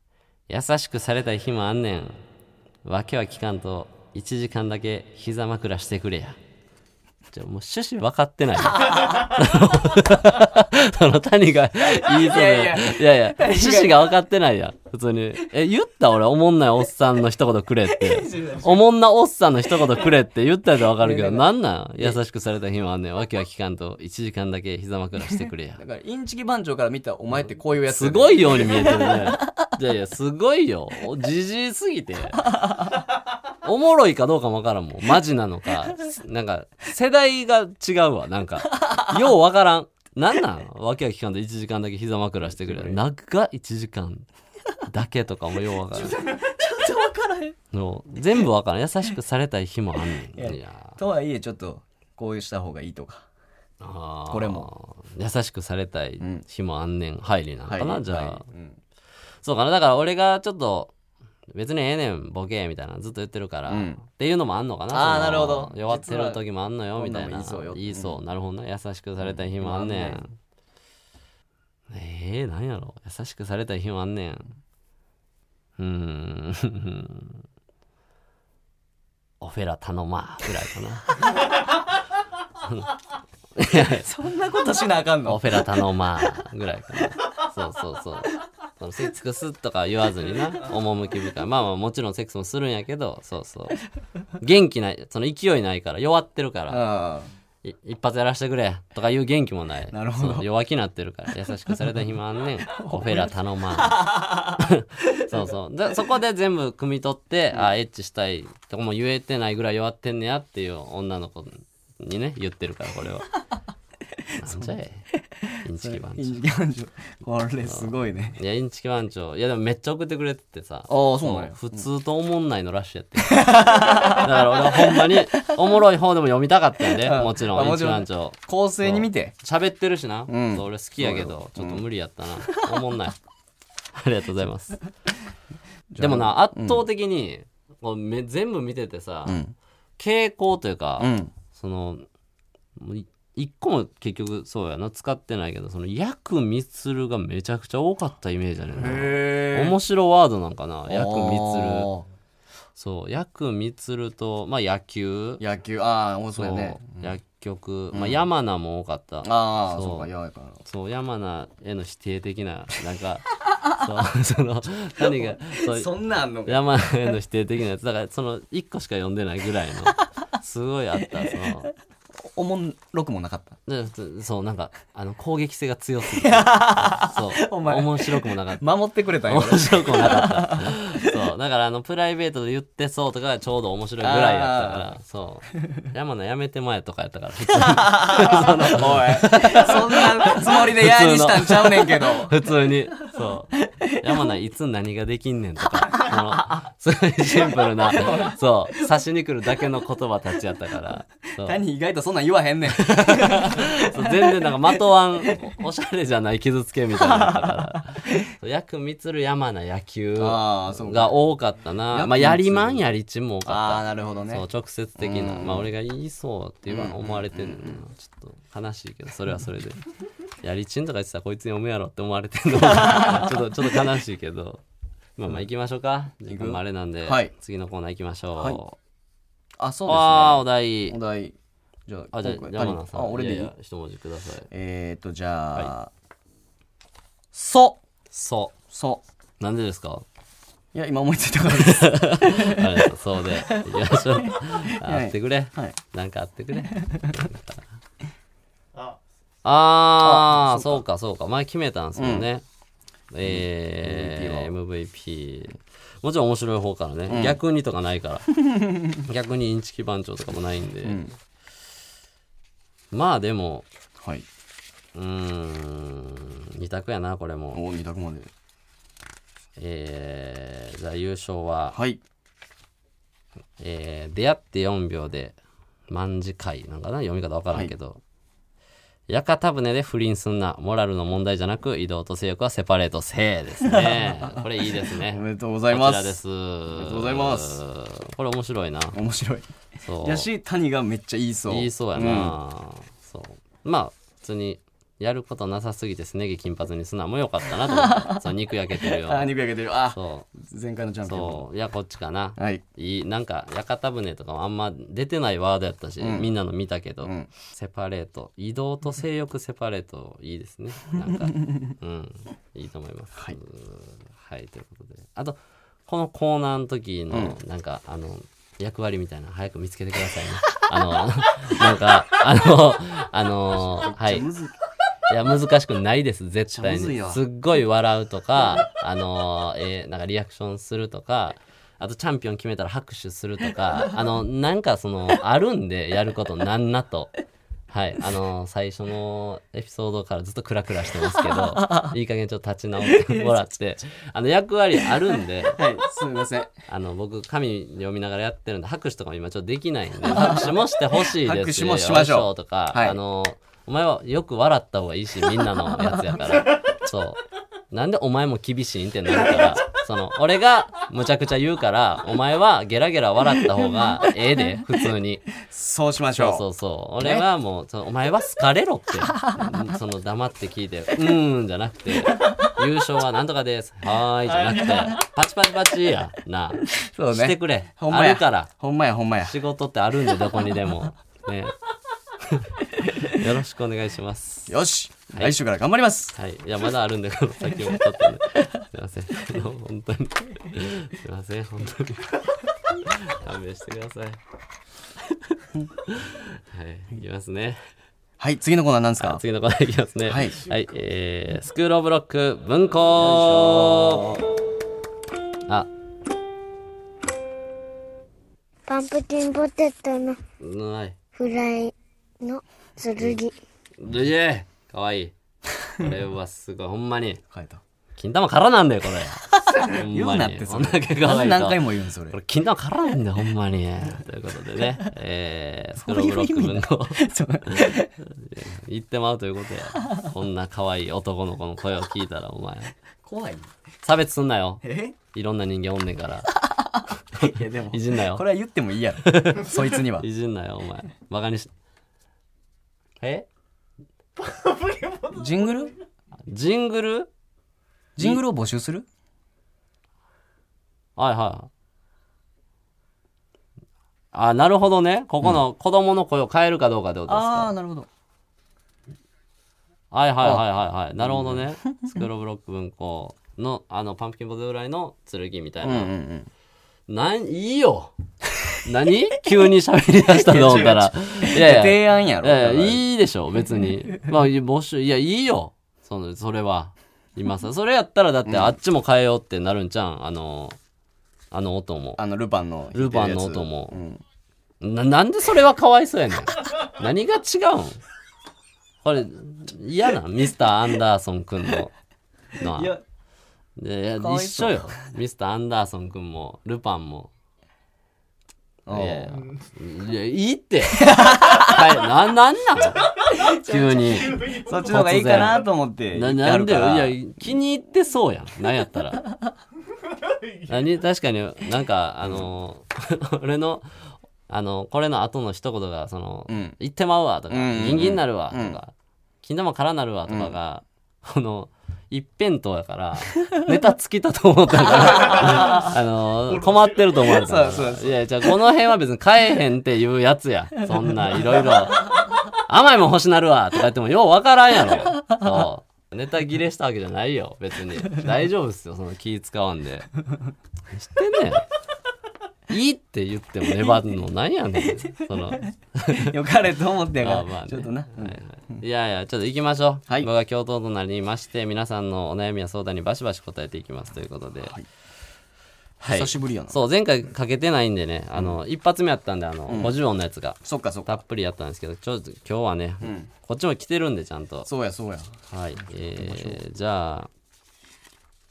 優しくされたい日もあんねん。わけは聞かんと、1時間だけ膝枕してくれや。じゃもう趣旨分かってない。 その谷が言いそうで、いやいや趣旨が分かってないやん。普通に。え、言った俺、おもんないおっさんの一言くれ って。おもんなおっさんの一言くれって言ったら分かるけど、なんなん優しくされた日もあんねん。わけは聞かんと、1時間だけ膝枕してくれやだ。からインチキ番長から見たらお前ってこういうやつすごいいように見えてるね。いやいや、すごいよ。おじじいすぎて。おもろいかどうかもわからんもん。マジなのか。なんか、世代が違うわ。なんか、ようわからん。なんなんわけは聞かんと1時間だけ膝枕してくれ。長っ1時間だけとかもようわからん。ちょっとわからへん。の全部わからん。優しくされたい日もあんねん。いやとはいえちょっとこういうした方がいいとかあーこれも。優しくされたい日もあんねん。入りなのかな、じゃあ。いうんそうかな。だから俺がちょっと、別にええねんボケみたいなずっと言ってるから、うんっていうのもあんのかなあーそのなるほど弱ってる時もあんのよみ実たはいなこんなんもいいそうよいいそうなるほどね優しくされたい日もあんねん、えー、なんやろ優しくされたい日もあんねんうーん オフェラ頼まぐらいかなそんなことしなあかんオのペラ頼まあぐらいかな。そうそうそう。そのセックスとか言わずに な、趣深い。まあまあもちろんセックスもするんやけど、そうそう。元気ない、その勢いないから、弱ってるから、 あい一発やらしてくれとかいう元気もない。なるほどそう弱気になってるから、優しくされた暇あんね ん。オペラ頼まあ。そうそう。でそこで全部汲み取って、あ、エッチしたいとかも言えてないぐらい弱ってんねやっていう女の子にね、言ってるから、こ れは。なんじゃい。インチキ番長。インディアンジョこれすごいねいや、インチキ番長。いや、でもめっちゃ送ってくれててさ。ああそうなんや普通とおもんないのラッシュやって。だから俺はほんまに、おもろい方でも読みたかったんで、うんもちまろあん、インもチちキろん番長。構成に見て喋ってるしな、んそう俺好きやけどちょっと無理やったな、おもんない ありがとうございますゃあでもな圧倒的に、こうめ全部見ててさ、ん傾向というか、うんそのもうい一個も結局そうやな使ってないけどその「ヤクミツル」がめちゃくちゃ多かったイメージあるねへ面白ワードなんかな「ヤクミツルあ」そう「ヤクミツル」と、まあ、野球ー野球ああ多そうやねそう薬局、まあ、山名も多かった、ああそうそうかやばいからそう山名への否定的ななんかそうその何がそうそんなんあんの山名への否定的なやつだからその1個しか読んでないぐらいのすごいあったそのおもんろくもなかったで普通そうなんかあの攻撃性が強すぎてそうお前面白くもなかった。守ってくれたよ面白くもなかった。そう。だから、あの、プライベートで言ってそうとかがちょうど面白いぐらいだったから、そう。山名やめて前とかやったから、普通においそんなつもりでやにしたんちゃうねんけ ど 普通にそう山名いつ何ができんねんとかそのすごいシンプルなそう刺しに来るだけの言葉たちやったからそう何意外とそんなん言わへんねんそう全然なんかまとわんおおしゃれじゃない傷つけみたいなのやったからそうヤクミツル山名野球 あーそうが多かったなまあやりまんやりちんも多あかあっなるほどた、ねそう直接的なまあ俺が言いそうって今思われてるのなちょっと悲しいけどそれはそれ で。やりちんとか言ってたらこいつ読むやろって思われてるのがちょっとちょっと悲しいけどまあまあ行きましょうか時間もあれなんで、はい次のコーナー行きましょう、はいあそうああおで題すねお題じゃああじゃあ今回山名さんあ俺でいやいや一文字くださいえっとじゃあそそそうなんでですかういや今思いついたからですあれですそうで行きま しょうあってくれ、はいなんかあってくれああそうかそうか前決めたんですよね、えー MVP もちろん面白い方からね、逆にとかない から逆にインチキ番長とかもないんで、まあでもはい。うーん二択やなこれもお、二択まで。えー、じゃあ優勝は、はい。えー出会って4秒で万事会なんかな読み方わからんけど、屋形船で不倫すんなモラルの問題じゃなく移動と性欲はセパレート性です ねこれいいですねおめでとうごございます。こちらですおめでとうございますこれ面白いな面白い。そうやし、谷がめっちゃいいそう。言いそうやな、そうまあ普通にやることなさすぎてすね毛金髪にすんなもよかったなと思ってそう肉焼けてるよ あ、肉焼けてる。あ、そ前回のチャうンピオンそういやこっちかなの。はい。いいなんか屋形船とかもあんま出てないワードやったし、みんなの見たけど、んセパレート移動と性欲セパレートいいですね なんかうんいいと思いますはい、はい、ということであとこのコーナーの時の、なんかあの役割みたいなの早く見つけてくださいね あのなんかあのあのはいいや、難しくないです、絶対むずいに。わすっごい笑うとか、 あのー、えーなんかリアクションするとか、あとチャンピオン決めたら拍手するとか、あの、なんかその、あるんで、やることなんなと。はい、あのー最初のエピソードからずっとクラクラしてますけど、いい加減ちょっと立ち直ってもらって、あの、役割あるんで、はいすみませんあの、僕、紙読みながらやってるんで、拍手とかも今ちょっとできないん で、拍手もしてほしいです。拍手もしましょうよいょとか、はい あの、お前はよく笑った方がいいし、みんなのやつやから。そう。なんでお前も厳しいんってなるから、その、俺がむちゃくちゃ言うから、お前はゲラゲラ笑った方がええで、 普通に。そうしましそょうう。そうそう。俺はもう、そのお前は好かれろって、 その黙って聞いて、うーんじゃなくて、優勝はなんとかです。はーいじゃなくて、パチパチパチや。なあ、そうねしてくれ。ほんまあやるから。ほんまやほんまや。仕事ってあるんで、どこにでも。ね。 よろしくお願いします。よし、来週から頑張ります。はい。いや、まだあるんで、この先もちょっとね。すいません。あの本当に。すいません、本当に。勘弁してください。はい。いきますね。はい、次のコーナーなんですか次のコーナーいきますね。はいえースクールオブロック文庫あ、パンプキンポテトのない。フライの剣。ルジェかわいい。これはすごい。ほんまに。変えた。金玉からなんだよ、これ。ほん 言まうなっに。てこそんれだけ可愛いと。何回も言うんそれこ。れ、金玉からなんだよ、ほんまに。ということでね。えー、スクールオブロック文庫。 言ってまうということや。こんな可愛い男の子の声を聞いたら、お前。怖い。差別すんなよ。えいろんな人間おんねんから。いやでもい、じんなよ こ。れは言ってもいいや ろ。そいつには。いじんなよ、お前。バカにし。えジングルジングルジングルを募集するはいはい。あ、なるほどね。ここの子供の声を変えるかどうかってことですか。ー、なるほど。はいはいはいはいはい。なるほどね。 スクローブロック文庫の、あの、パンプキンボデぐらいの剣みたいうんうんうな。ん。なん、いいよ。何 急に喋り出したと思った ら。いやいや。提案やろ。ええいいでしょ別 にまあい募集いやいいよそのそれは今さそれやったらだってあっちも変えようってなるんじゃんあのあの音もあの、ルパンの。ルパンの音。もうん。ななんでそれはかわいそうやね ん何が違うんこれ嫌なミスターアンダーソンくんののいや、でいやかわい一そ緒うよミスターアンダーソンくんもルパンもおいうやいやいいってはいななんなん急にそっちの方がいいかなと思ってな言ってあなんるでかよら。いや気に入ってそうやんなんやった ら何確かになんかあの 俺のあのこれの後の一言がその、うん言ってまうわとか、うんうんうんギンギンなるわとか、うん金玉からなるわとかが、 この一辺倒やから ネタ尽きたと思ったから あの困ってると思われた からそうそうそいやじゃあこの辺は別に変えへんっていうやつやそんないろいろ甘いもん欲しなるわとか言ってもようわからんやろそうネタ切れしたわけじゃないよ別に大丈夫っすよその気使わんで知ってんねんいいって言っても粘るのなんやねんそのよかれと思ってあまあねちょっとな。はいはいいやいや、ちょっと行きましょう。はい僕が教頭となりまして、皆さんのお悩みや相談にバシバシ答えていきますということで。はい。久しぶりやな。そう、前回かけてないんでね、あの、一発目やったんで、あの、50音のやつがそっかそったか。っぷりやったんですけど、ちょっと今日はね、こっちも来てるんで、ちゃんと。そうやそうや。はい。えー、じゃあ、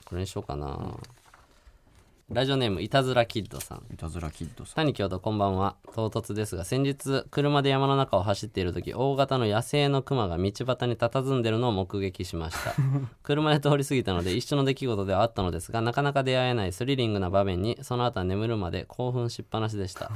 これにしようかな。ラジオネーム、いたずらキッドさん。いたずらキッドさ谷京都こんばんは唐突ですが先日車で山の中を走っている時大型の野生のクマが道端に佇んでるのを目撃しました車で通り過ぎたので一緒の出来事ではあったのですがなかなか出会えないスリリングな場面にその後は眠るまで興奮しっぱなしでした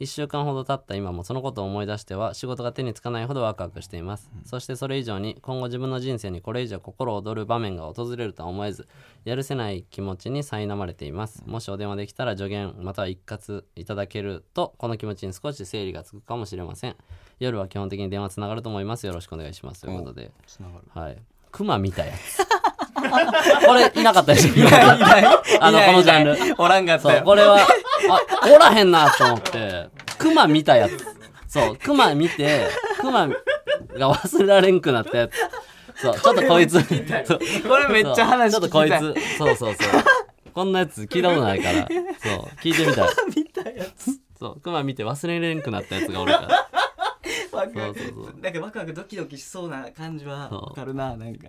1週間ほど経った今もそのことを思い出しては仕事が手につかないほどワクワクしています、そしてそれ以上に今後自分の人生にこれ以上心躍る場面が訪れるとは思えずやるせない気持ちに苛まれています、もしお電話できたら助言または一括いただけるとこの気持ちに少し整理がつくかもしれません夜は基本的に電話つながると思いますよろしくお願いしますということでつながる。はいクマみたいやつ これいなかったでしょいない。あのいないこのジャンルいないおらんかったそう、よ。これは、あ、おらへんなと思って、クマ見たやつ。そう、クマ見て、クマが忘れられんくなったやつ。そう、ちょっと こいつ、そうこれめっちゃ話そ聞うきちょたっい。とこいつ、そうそうそう。こんなやつ聞いたことないから、そう、聞いてみたい。 見たやつ。そう、クマ見て忘れれんくなったやつがおるから。ワクワクそうそうそう。なんかワクワクドキドキしそうな感じはそうわ かるな、なんか。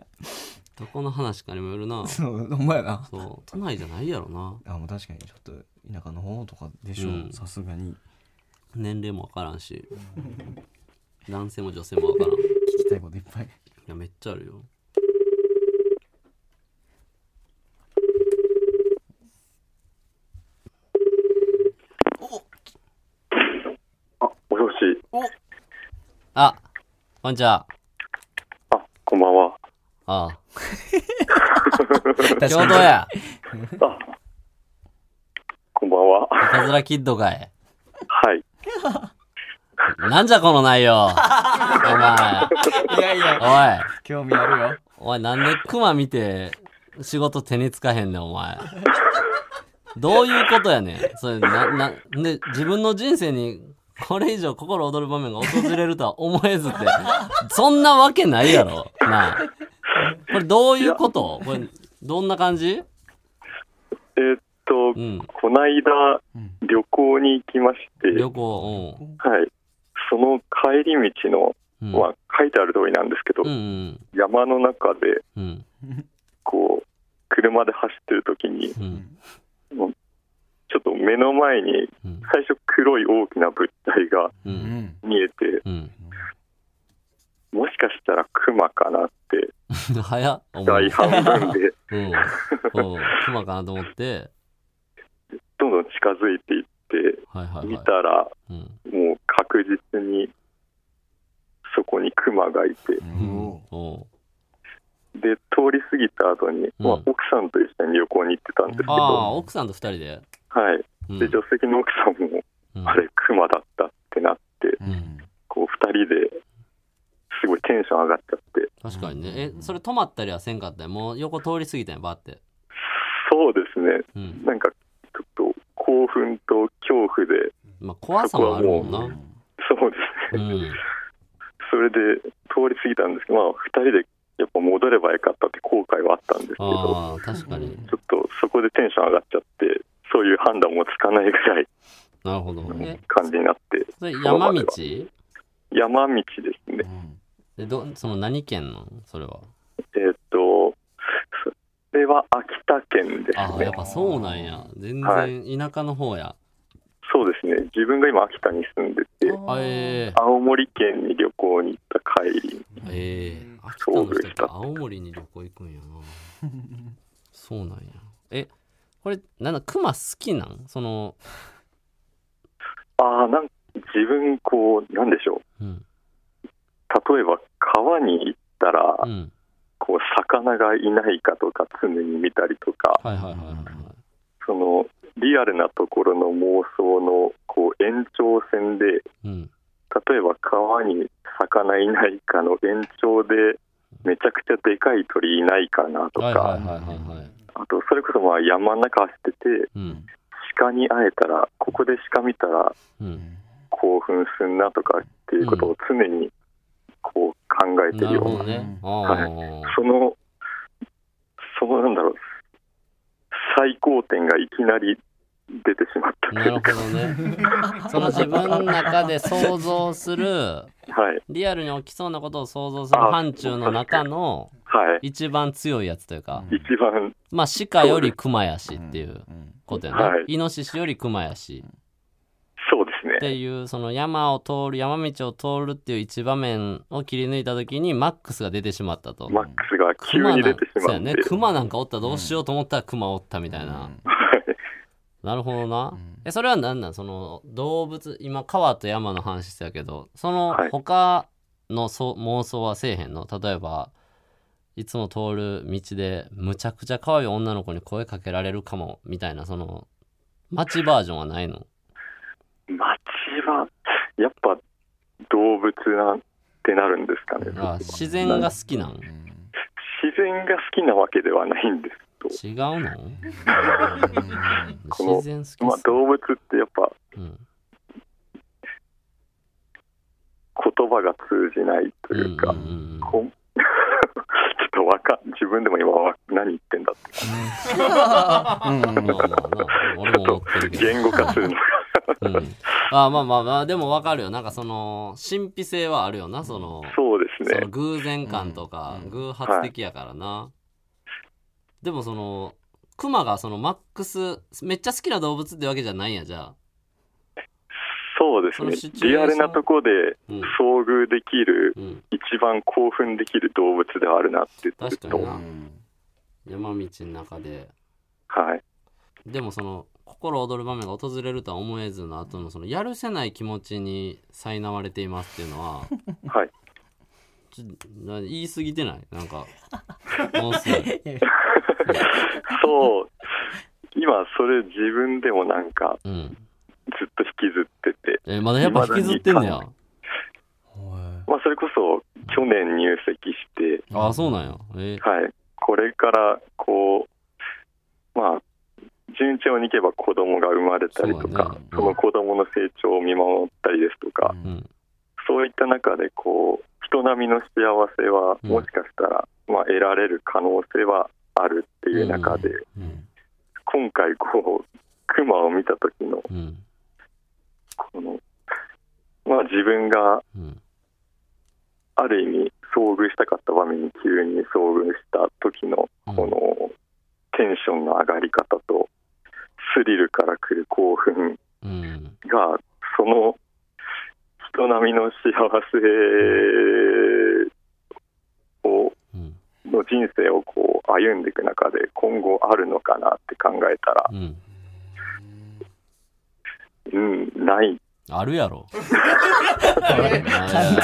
どこの話かにもよるな。そう、ほんまやな。そう、都内じゃないやろな。あ、もう確かにちょっと田舎の方とかでしょうんさすがに。年齢もわからんし、男性も女性もわからん。い聞きたいこといっぱい。や、めっちゃあるよ。こんにちは。あ、こんばんは。ああ。確京都や。あ、こんばんは。 いたずらキッドかい。はい。なんじゃこの内容。お前。いやいや、おい。興味あるよ。おい、なんでクマ見て仕事手につかへんねん、お前。どういうことやねん。それ、な、な、で、自分の人生にこれ以上心躍る場面が訪れるとは思えずって、そんなわけないやろ。なあ。これどういうことこれ、どんな感じえーっと、うん。こないだ旅行に行きまして、旅行、はい。その帰り道の、うん。うん。まあ、書いてある通りなんですけど、うんうん山の中で、うん。こう、車で走ってる時に、うん。ちょっと目の前に、うん。最初黒い大きな物体がう。うんん。見えて、うん。もしかしたらクマかなって、早っ。お前大半分で、うん。うん。クマかなと思って、どんどん近づいていって、はいはい見はたら、い。うん。もう確実に、そこにクマがいて、うん。おうで、通り過ぎた後に、まあうん、奥さんと一緒に旅行に行ってたんですけああ、ど、奥さんと二人で。はい。うんで、助手席の奥さんも、うんあれ、クマだったってなって、うんこう、二人で、すごいテンション上がっちゃって、確かにね。え、それ止まったりはせんかったんやもう横通り過ぎたんや、バーって。そうですね、うん。なんか、ちょっと、興奮と恐怖で、まあ、怖さもあるもんな。そうですうね、ん。それで、通り過ぎたんですけど、まあ、二人で、やっぱ戻ればよかったって後悔はあったんですけど、ああ、確かに。ちょっとそこでテンション上がっちゃって、そういう判断もつかないぐらいなるほど。のえ、感じになって、それ山道山道ですね。でど、その何県のそれは。えーっと、それは秋田県ですああ、やねっ。ぱそうなんや。全は然田舎の方や。そうですね。自分が今秋田に住んでて、あええ青森県に旅行に行った帰りに、ええ秋田の人って青森に旅行行くんやな。そうなんや。え、これ、なんだ、熊好きなんその、ああ、なん自分こう、なんでしょう。うん。例えば川に行ったら、うん。こう、魚がいないかとか常に見たりとか、はいはいはいはいはい。その、リアルなところの妄想の、こう、延長線で、うん。例えば川に魚いないかの延長でめちゃくちゃでかい鳥いないかなとか、はいはいはいはいはい。あとそれこそまあ山の中走っててうん。鹿に会えたらここで鹿見たらうん。興奮すんなとかっていうことを常にこう考えてなるるようほな、どね。ああ、そのそのなんだろう最高点がいきなり出てしまったとないるうほか、どね。 その自分の中で想像する、はいリアルに起きそうなことを想像するあ範疇の中のはい、一番強いやつというか、一番まあ鹿より熊やしっていうことやねはい。イノシシより熊やし。そうですねっていうその山を通る山道を通るっていう一場面を切り抜いた時にマックスが出てしまったと。マックスが急熊にな出んてしそうまやって、ね熊なんかおったらどうしようと思ったら熊おったみたいな、なるほどな、えそれは何なんその動物今川と山の話してたけどそのはい他のそ妄想はせえへんの例えばいつも通る道でむちゃくちゃ可愛い女の子に声かけられるかもみたいなその街バージョンはないの街はやっぱ動物なんてなるんですかねあ自然が好きなん自然が好きなわけではないんです違うのこの自然好きっすねまあ動物ってやっぱうん言葉が通じないとうんいうか、うんうんうんこう ちょっとわかん自分でも今わ何言ってんだってまあまあまあ俺も思ってるけど言語化する のがうん、あまあまあまあでもわかるよなんかその神秘性はあるよなそのそうでそすのね偶然感とか、偶発的やからな、でもそのクマがそのマックスめっちゃ好きな動物ってわけじゃないんやじゃあそうでそのシすねチュエーションリアルなとこでうん、遭遇できるうん、一番興奮できる動物ではあるなってずっ確かとにな山道の中ではいでもその心躍る場面が訪れるとは思えずの後のそのやるせない気持ちに苛まれていますっていうのは はいちょな言い過ぎてないなん か本数いそう、今それ自分でもなんかうんずっと引きずってて、えまだやっぱ引きずってんねやまあそれこそ去年入籍して、ああそうなんやえはい、これからこう、まあ、順調にいけば子供が生まれたりとそうだかね、その子供の成長を見守ったりですとか、ううんんそういった中でこう人並みの幸せはうんもしかしたら、まあ、得られる可能性はあるっていう中で、うん今回こうクマを見た時のうんこの、まあ、自分がうんある意味遭遇したかった場面に急に遭遇した時のうんこのテンションの上がり方とスリルから来る興奮うんがその人並みの幸せをうんの人生をこう歩んでいく中で今後あるのかなって考えたら、うんうん、ない、あるや ろ簡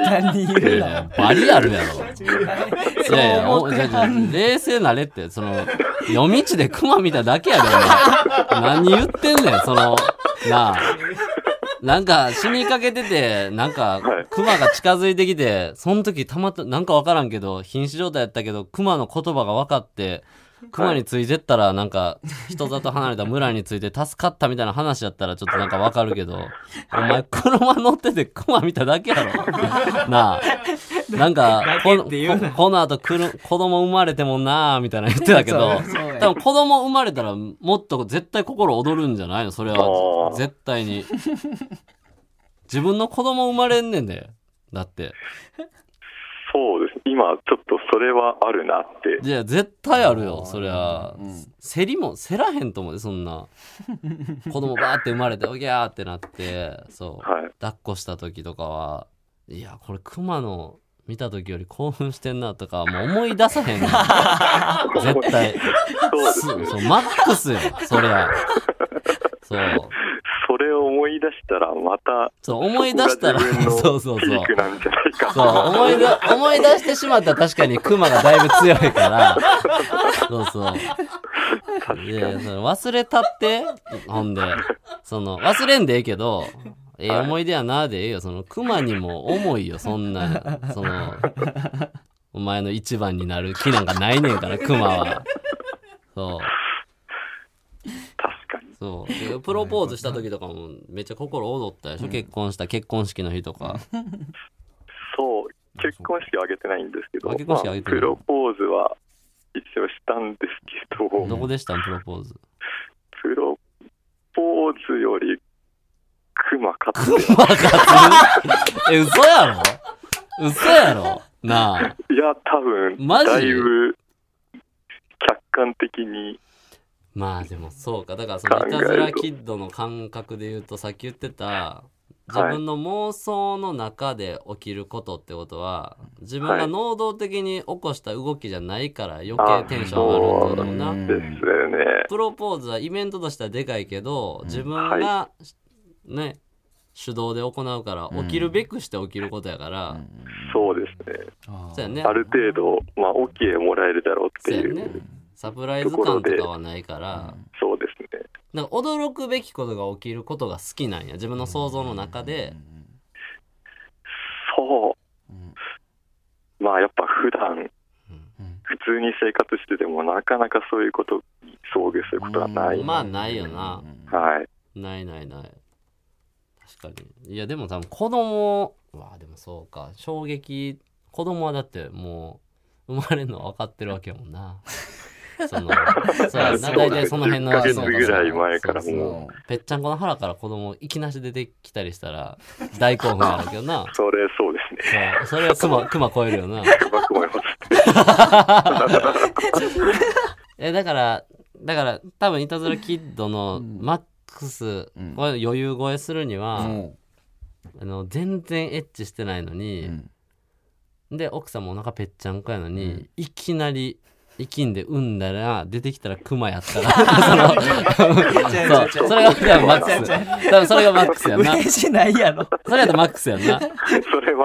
単にいや言ういな。やバリあるやろいやいや、 そうお思っじてゃじゃ冷静なれって、その、夜道で熊見ただけやで、お前。何言ってんねん、その、なあ。なんか、死にかけてて、なんかはい、熊が近づいてきて、その時たまた、なんかわからんけど、瀕死状態やったけど、熊の言葉が分かって、熊についてったら、なんか、人里離れた村について助かったみたいな話やったら、ちょっとなんかわかるけど、お前、車乗ってて熊見ただけやろ。なあ。なんか、このこ この後くる、子供生まれてもなあ、みたいな言ってたけ どそうそう、多分子供生まれたら、もっと絶対心躍るんじゃないのそれあは。ー絶対に。自分の子供生まれんねんで。だって。そうです今ちょっとそれはあるなっていや、絶対あるよ、そりゃうん。せりも、せらへんと思うで、そんな。子供バーって生まれて、おぎゃーってなって、そう。はい抱っこした時とかは、いや、これ熊の見た時より興奮してんなとかは、もう思い出さへんねん。絶対。 そうですそう、そうマックスよ、そりゃ。そう。それを思い出したらまたそう、思い出したら、 そこが自 分のそうそうピそうー。クなんじゃないかそう、思い出、思い出してしまったら確かにクマがだいぶ強いから。そうそう。いやいや、それ忘れたって、ほんで。その、忘れんでええけど、ええはい思い出やなでええよ。その、クマにも重いよ、そんな。その、お前の一番になる気なんかないねんから、クマは。そう。確かにそう でプロポーズした時とかもめっちゃ心躍ったでしょ、結婚した結婚式の日とかそう結婚式は挙げてないんですけどあ結婚式は挙げてなまあ、プいロポーズは一応したんですけどどこでしたんプロポーズ プロポーズよりクマ勝 つバカするえ嘘やろ嘘やろなあいや、多分マジだいぶ客観的に、まあでもそうかだからそのいたずらキッドの感覚で言うとさっき言ってた自分の妄想の中で起きることってことは自分が能動的に起こした動きじゃないから余計テンション上がるんだろうなあそううんですよね。プロポーズはイベントとしてはでかいけど、ん自分がね、主導で行うからうん起きるべくして起きることやから、そうですね。あーそうやねある程度、まあ、OK もらえるだろうっていそうやうね。サプライズ感とかはないから、そうですね。なんか驚くべきことが起きることが好きなんや自分の想像の中で、そう。まあ、やっぱ普段ん、普通に生活してても、なかなかそういうことに遭遇することはない。まあないよな、はい。ないないない確かにいやでも多分子供はでもそうか衝撃子供はだってもう生まれるのは分かってるわけやもんなそのそうやな大体その辺の10ヶ月そうだぐらい前からそうそうもぺっちゃんこの腹から子供いきなし出てきたりしたら大興奮あるけどなそれ、そうです ね。そうそれは熊熊超えるよなうまく思います。えだからだから多分いたずらキッドのマックス、うんこれ余裕超えするには、うんあの全然エッチしてないのに、うんで奥さんもお腹ぺっちゃんこやのに、いきなり「生きんで産んだら、出てきたらクマやっ たら、その、そう、それが多分マックス。多分それがマックスやん な。嬉しないや ろ。それやったらマックスやんな。それは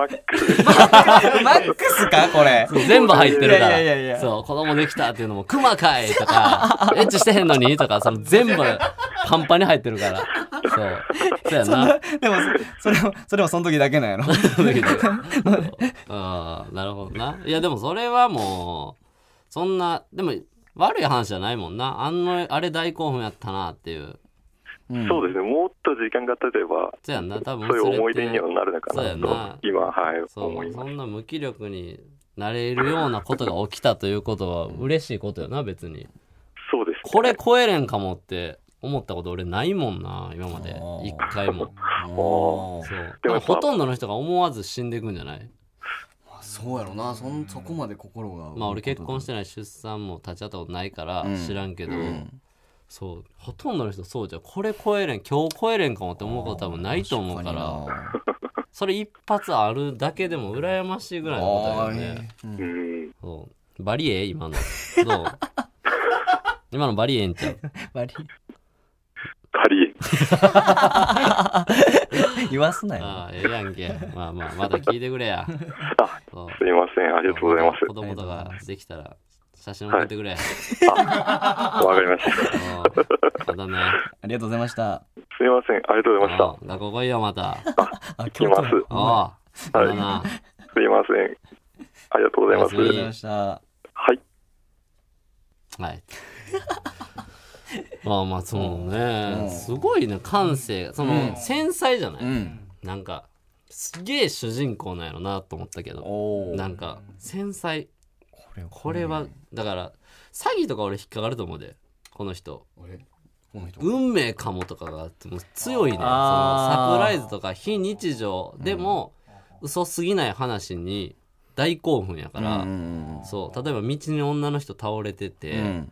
マックスかこれ。そう全部入ってるかいやいやいやいやら。そう、子供できたっていうのも、クマかいとか、エッチしてへんのにとか、その全部パンパンに入ってるから。そう。そうやな。 でも、それも、それも その時だけなんやろ。ああなるほどないやでもそれはもうそんなでも悪い話じゃないもんなあんのあれ大興奮やったなっていうそうですね、もっと時間が経てば、そうやんな多分そういうれって思い出にはなるのかなそうやなと、今、はい、そ思ういまそす。んな無気力になれるようなことが起きたということは嬉しいことよな別にそうですね。これ超えれんかもって思ったこと俺ないもんな今までおー一回 もおそうでもやっぱほとんどの人が思わず死んでいくんじゃないそうやろなそんそこまで心がまあ俺結婚してない出産も立ち会ったことないからうん知らんけど、そうほとんどの人そうじゃんこれ超えれん今日超えれんかもって思うこと多分ないと思うからそれ一発あるだけでも羨ましいぐらいのことだよねうん、そうバリエ今のどう 今のバリエんちゃう割パリ、り言わすなよ。ああええやんけまあまあまだ聞いてくれやあそうすいません、ありがとうございま子供とかできたら写真送ってくれ、す。 わかりました。すうんまたねありがとうございました。いません、ありがとうございました。うん学校来いよまたあ、行きます。あおうまはたいなすいません。ありがとうございます。おりがとうござやすいみはました。い。はい。まあまあそうね、すごいね感性がその、繊細じゃない、うんなんかすげえ主人公なんやろなと思ったけどおなんか繊細これはだから詐欺とか俺引っかかると思うでこの人この人運命かもとかがあってもう強いねそのサあープライズとか非日常でも、嘘すぎない話に大興奮やから、うんそう例えば道に女の人倒れてて、うん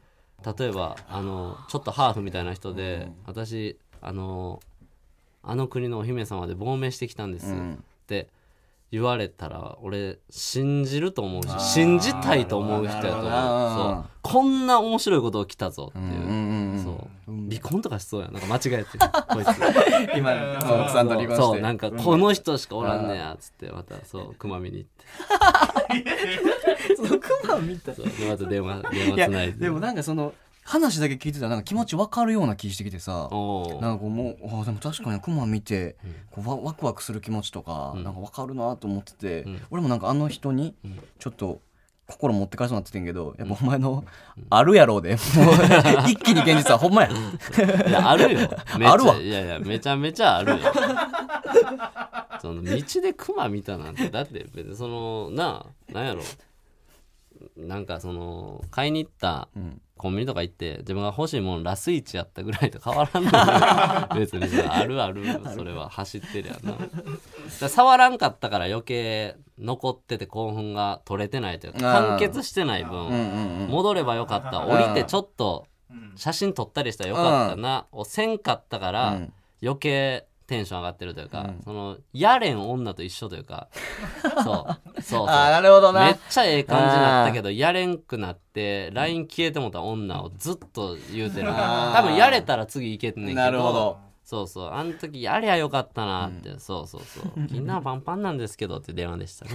例えばあのちょっとハーフみたいな人で、私あのあの国のお姫様で亡命してきたんです、って言われたら俺信じると思うし信じたいと思う人やと思うなるほどそなうこんな面白いこと起きたぞっていう。うんそう離婚とかしそうやんなんか間違えてこいつ今、そう奥さんと離婚して。そうなんかこの人しかおらんねやっつってまたそう熊見に行ってそうでまた電話電いや話つないででもなんかその話だけ聞いてたらなんか気持ちわかるような気してきてさおーなんかこうもうあでも確かにクマ見てこうわワクワクする気持ちとか、なんかわかるなと思ってて、俺もなんかあの人にちょっと心持ってかれそうになっててんけどやっぱお前の あるやろうでもう一気に現実はほんまやいや、あるよ。めちゃあるわいやいや、めちゃめちゃあるよ。その、道で熊見たなんて、だって別にその、なあ、なんやろ。なんかその、買いに行ったコンビニとか行って、自分が欲しいものラスイチやったぐらいと変わらんのよ別にさ、あるある、それは走ってるやんな。だから触らんかったから余計残ってて興奮が取れてないというか、完結してない分、戻ればよかった降りてちょっと写真撮ったりしたらよかったなをせんかったから、余計テンション上がってるというか、そのやれん女と一緒という かそうそうそうあー、なるほどめなっ。ちゃええ感じになったけどやれんくなって LINE 消えてもた女をずっと言うてる多分やれたら次いけんねんけどなるほどそうそうあの時やりゃよかったなって、そうそうそう「みんなパンパンなんですけど」って電話でしたね。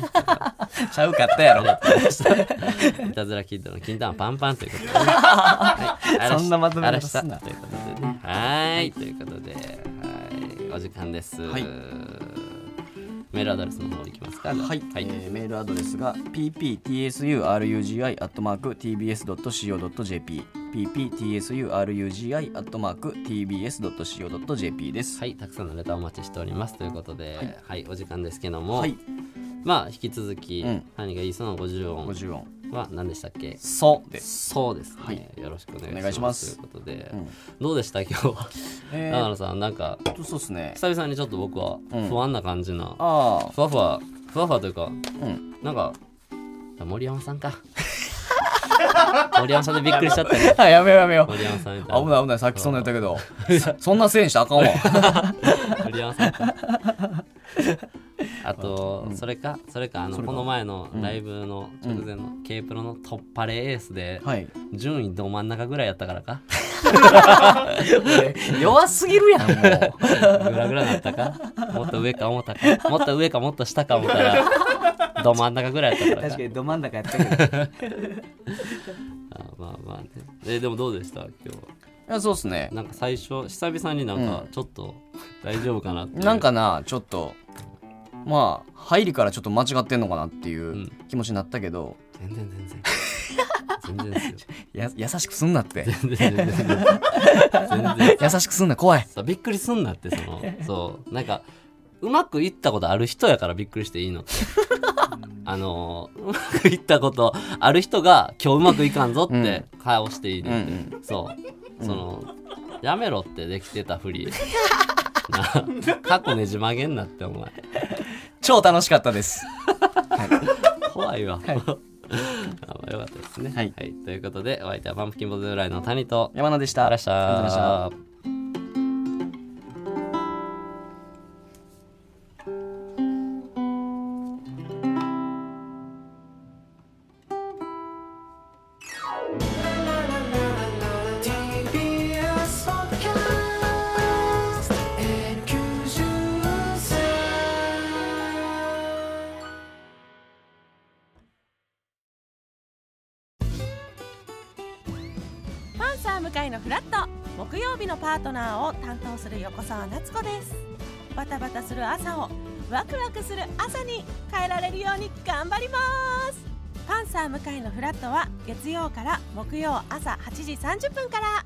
ちゃうかったやろ。いたずらキッドの金玉パンパンということで、ね。 はいそんなまとめ方嵐さすんんなということでね。はーい、ということで、はい、お時間です。いメールアドレスの方いきますか。はい、はい、えーメールアドレスが pptsurugi.tbs.co.jp pptsurugi.tbs.co.jp です。はい、たくさんのネタお待ちしておりますということで、はい、お時間ですけども、はいまあ引き続き、うん何がいいその50音50音。は何でしたっけ？そうです。そうですね、はいよろしくお願いしますお願いしますということで、どうでした今日は、えー長野さんなんかちょっとそうですね。久々にちょっと僕は不安な感じな、ああ、ふわふわふわふわというか、んなんか森山さんか森山さんでびっくりしちゃったねあ やめようやめよう。森山さんみたい危なない危ない、さっきそんなんやったけど。そんなせいにしたらあかんわ。森山さんかあと、それかそれかあのそれかこの前のライブの直前の K プロのトッパレエースで はい順位ど真ん中ぐらいやったからか弱すぎるやん、もう。グラグラだったかもっと上か思ったかもっと上かもっと下か思ったらど真ん中ぐらいやったから確かかにど真ん中やったけど。あまあまあねえでもどうでした今日はいやそうっすねなんか最初久々になんかちょっと 大丈夫かなっていうなんかなちょっとまあ入りからちょっと間違ってんのかなっていううん気持ちになったけど、全然全然全然ですよや優しくすんなって全然全然全然優しくすんな怖いさびっくりすんなってそのそうなんかうまくいったことある人やからびっくりしていいのってあのうまくいったことある人が今日うまくいかんぞって会話していいのって、うんそうその、やめろってできてたふりな過去ねじ曲げんなってお前超楽しかっ たです怖いわ、 あまあよかったですね、はいということでお相手はパンプキンボズフライの谷と山名でしたありがとうごありがざいとうまごしざいましたたパンサー向かいのフラット木曜日のパートナーを担当する横澤夏子ですバタバタする朝をワクワクする朝に変えられるように頑張りますパンサー向かいのフラットは月曜から木曜朝8時30分から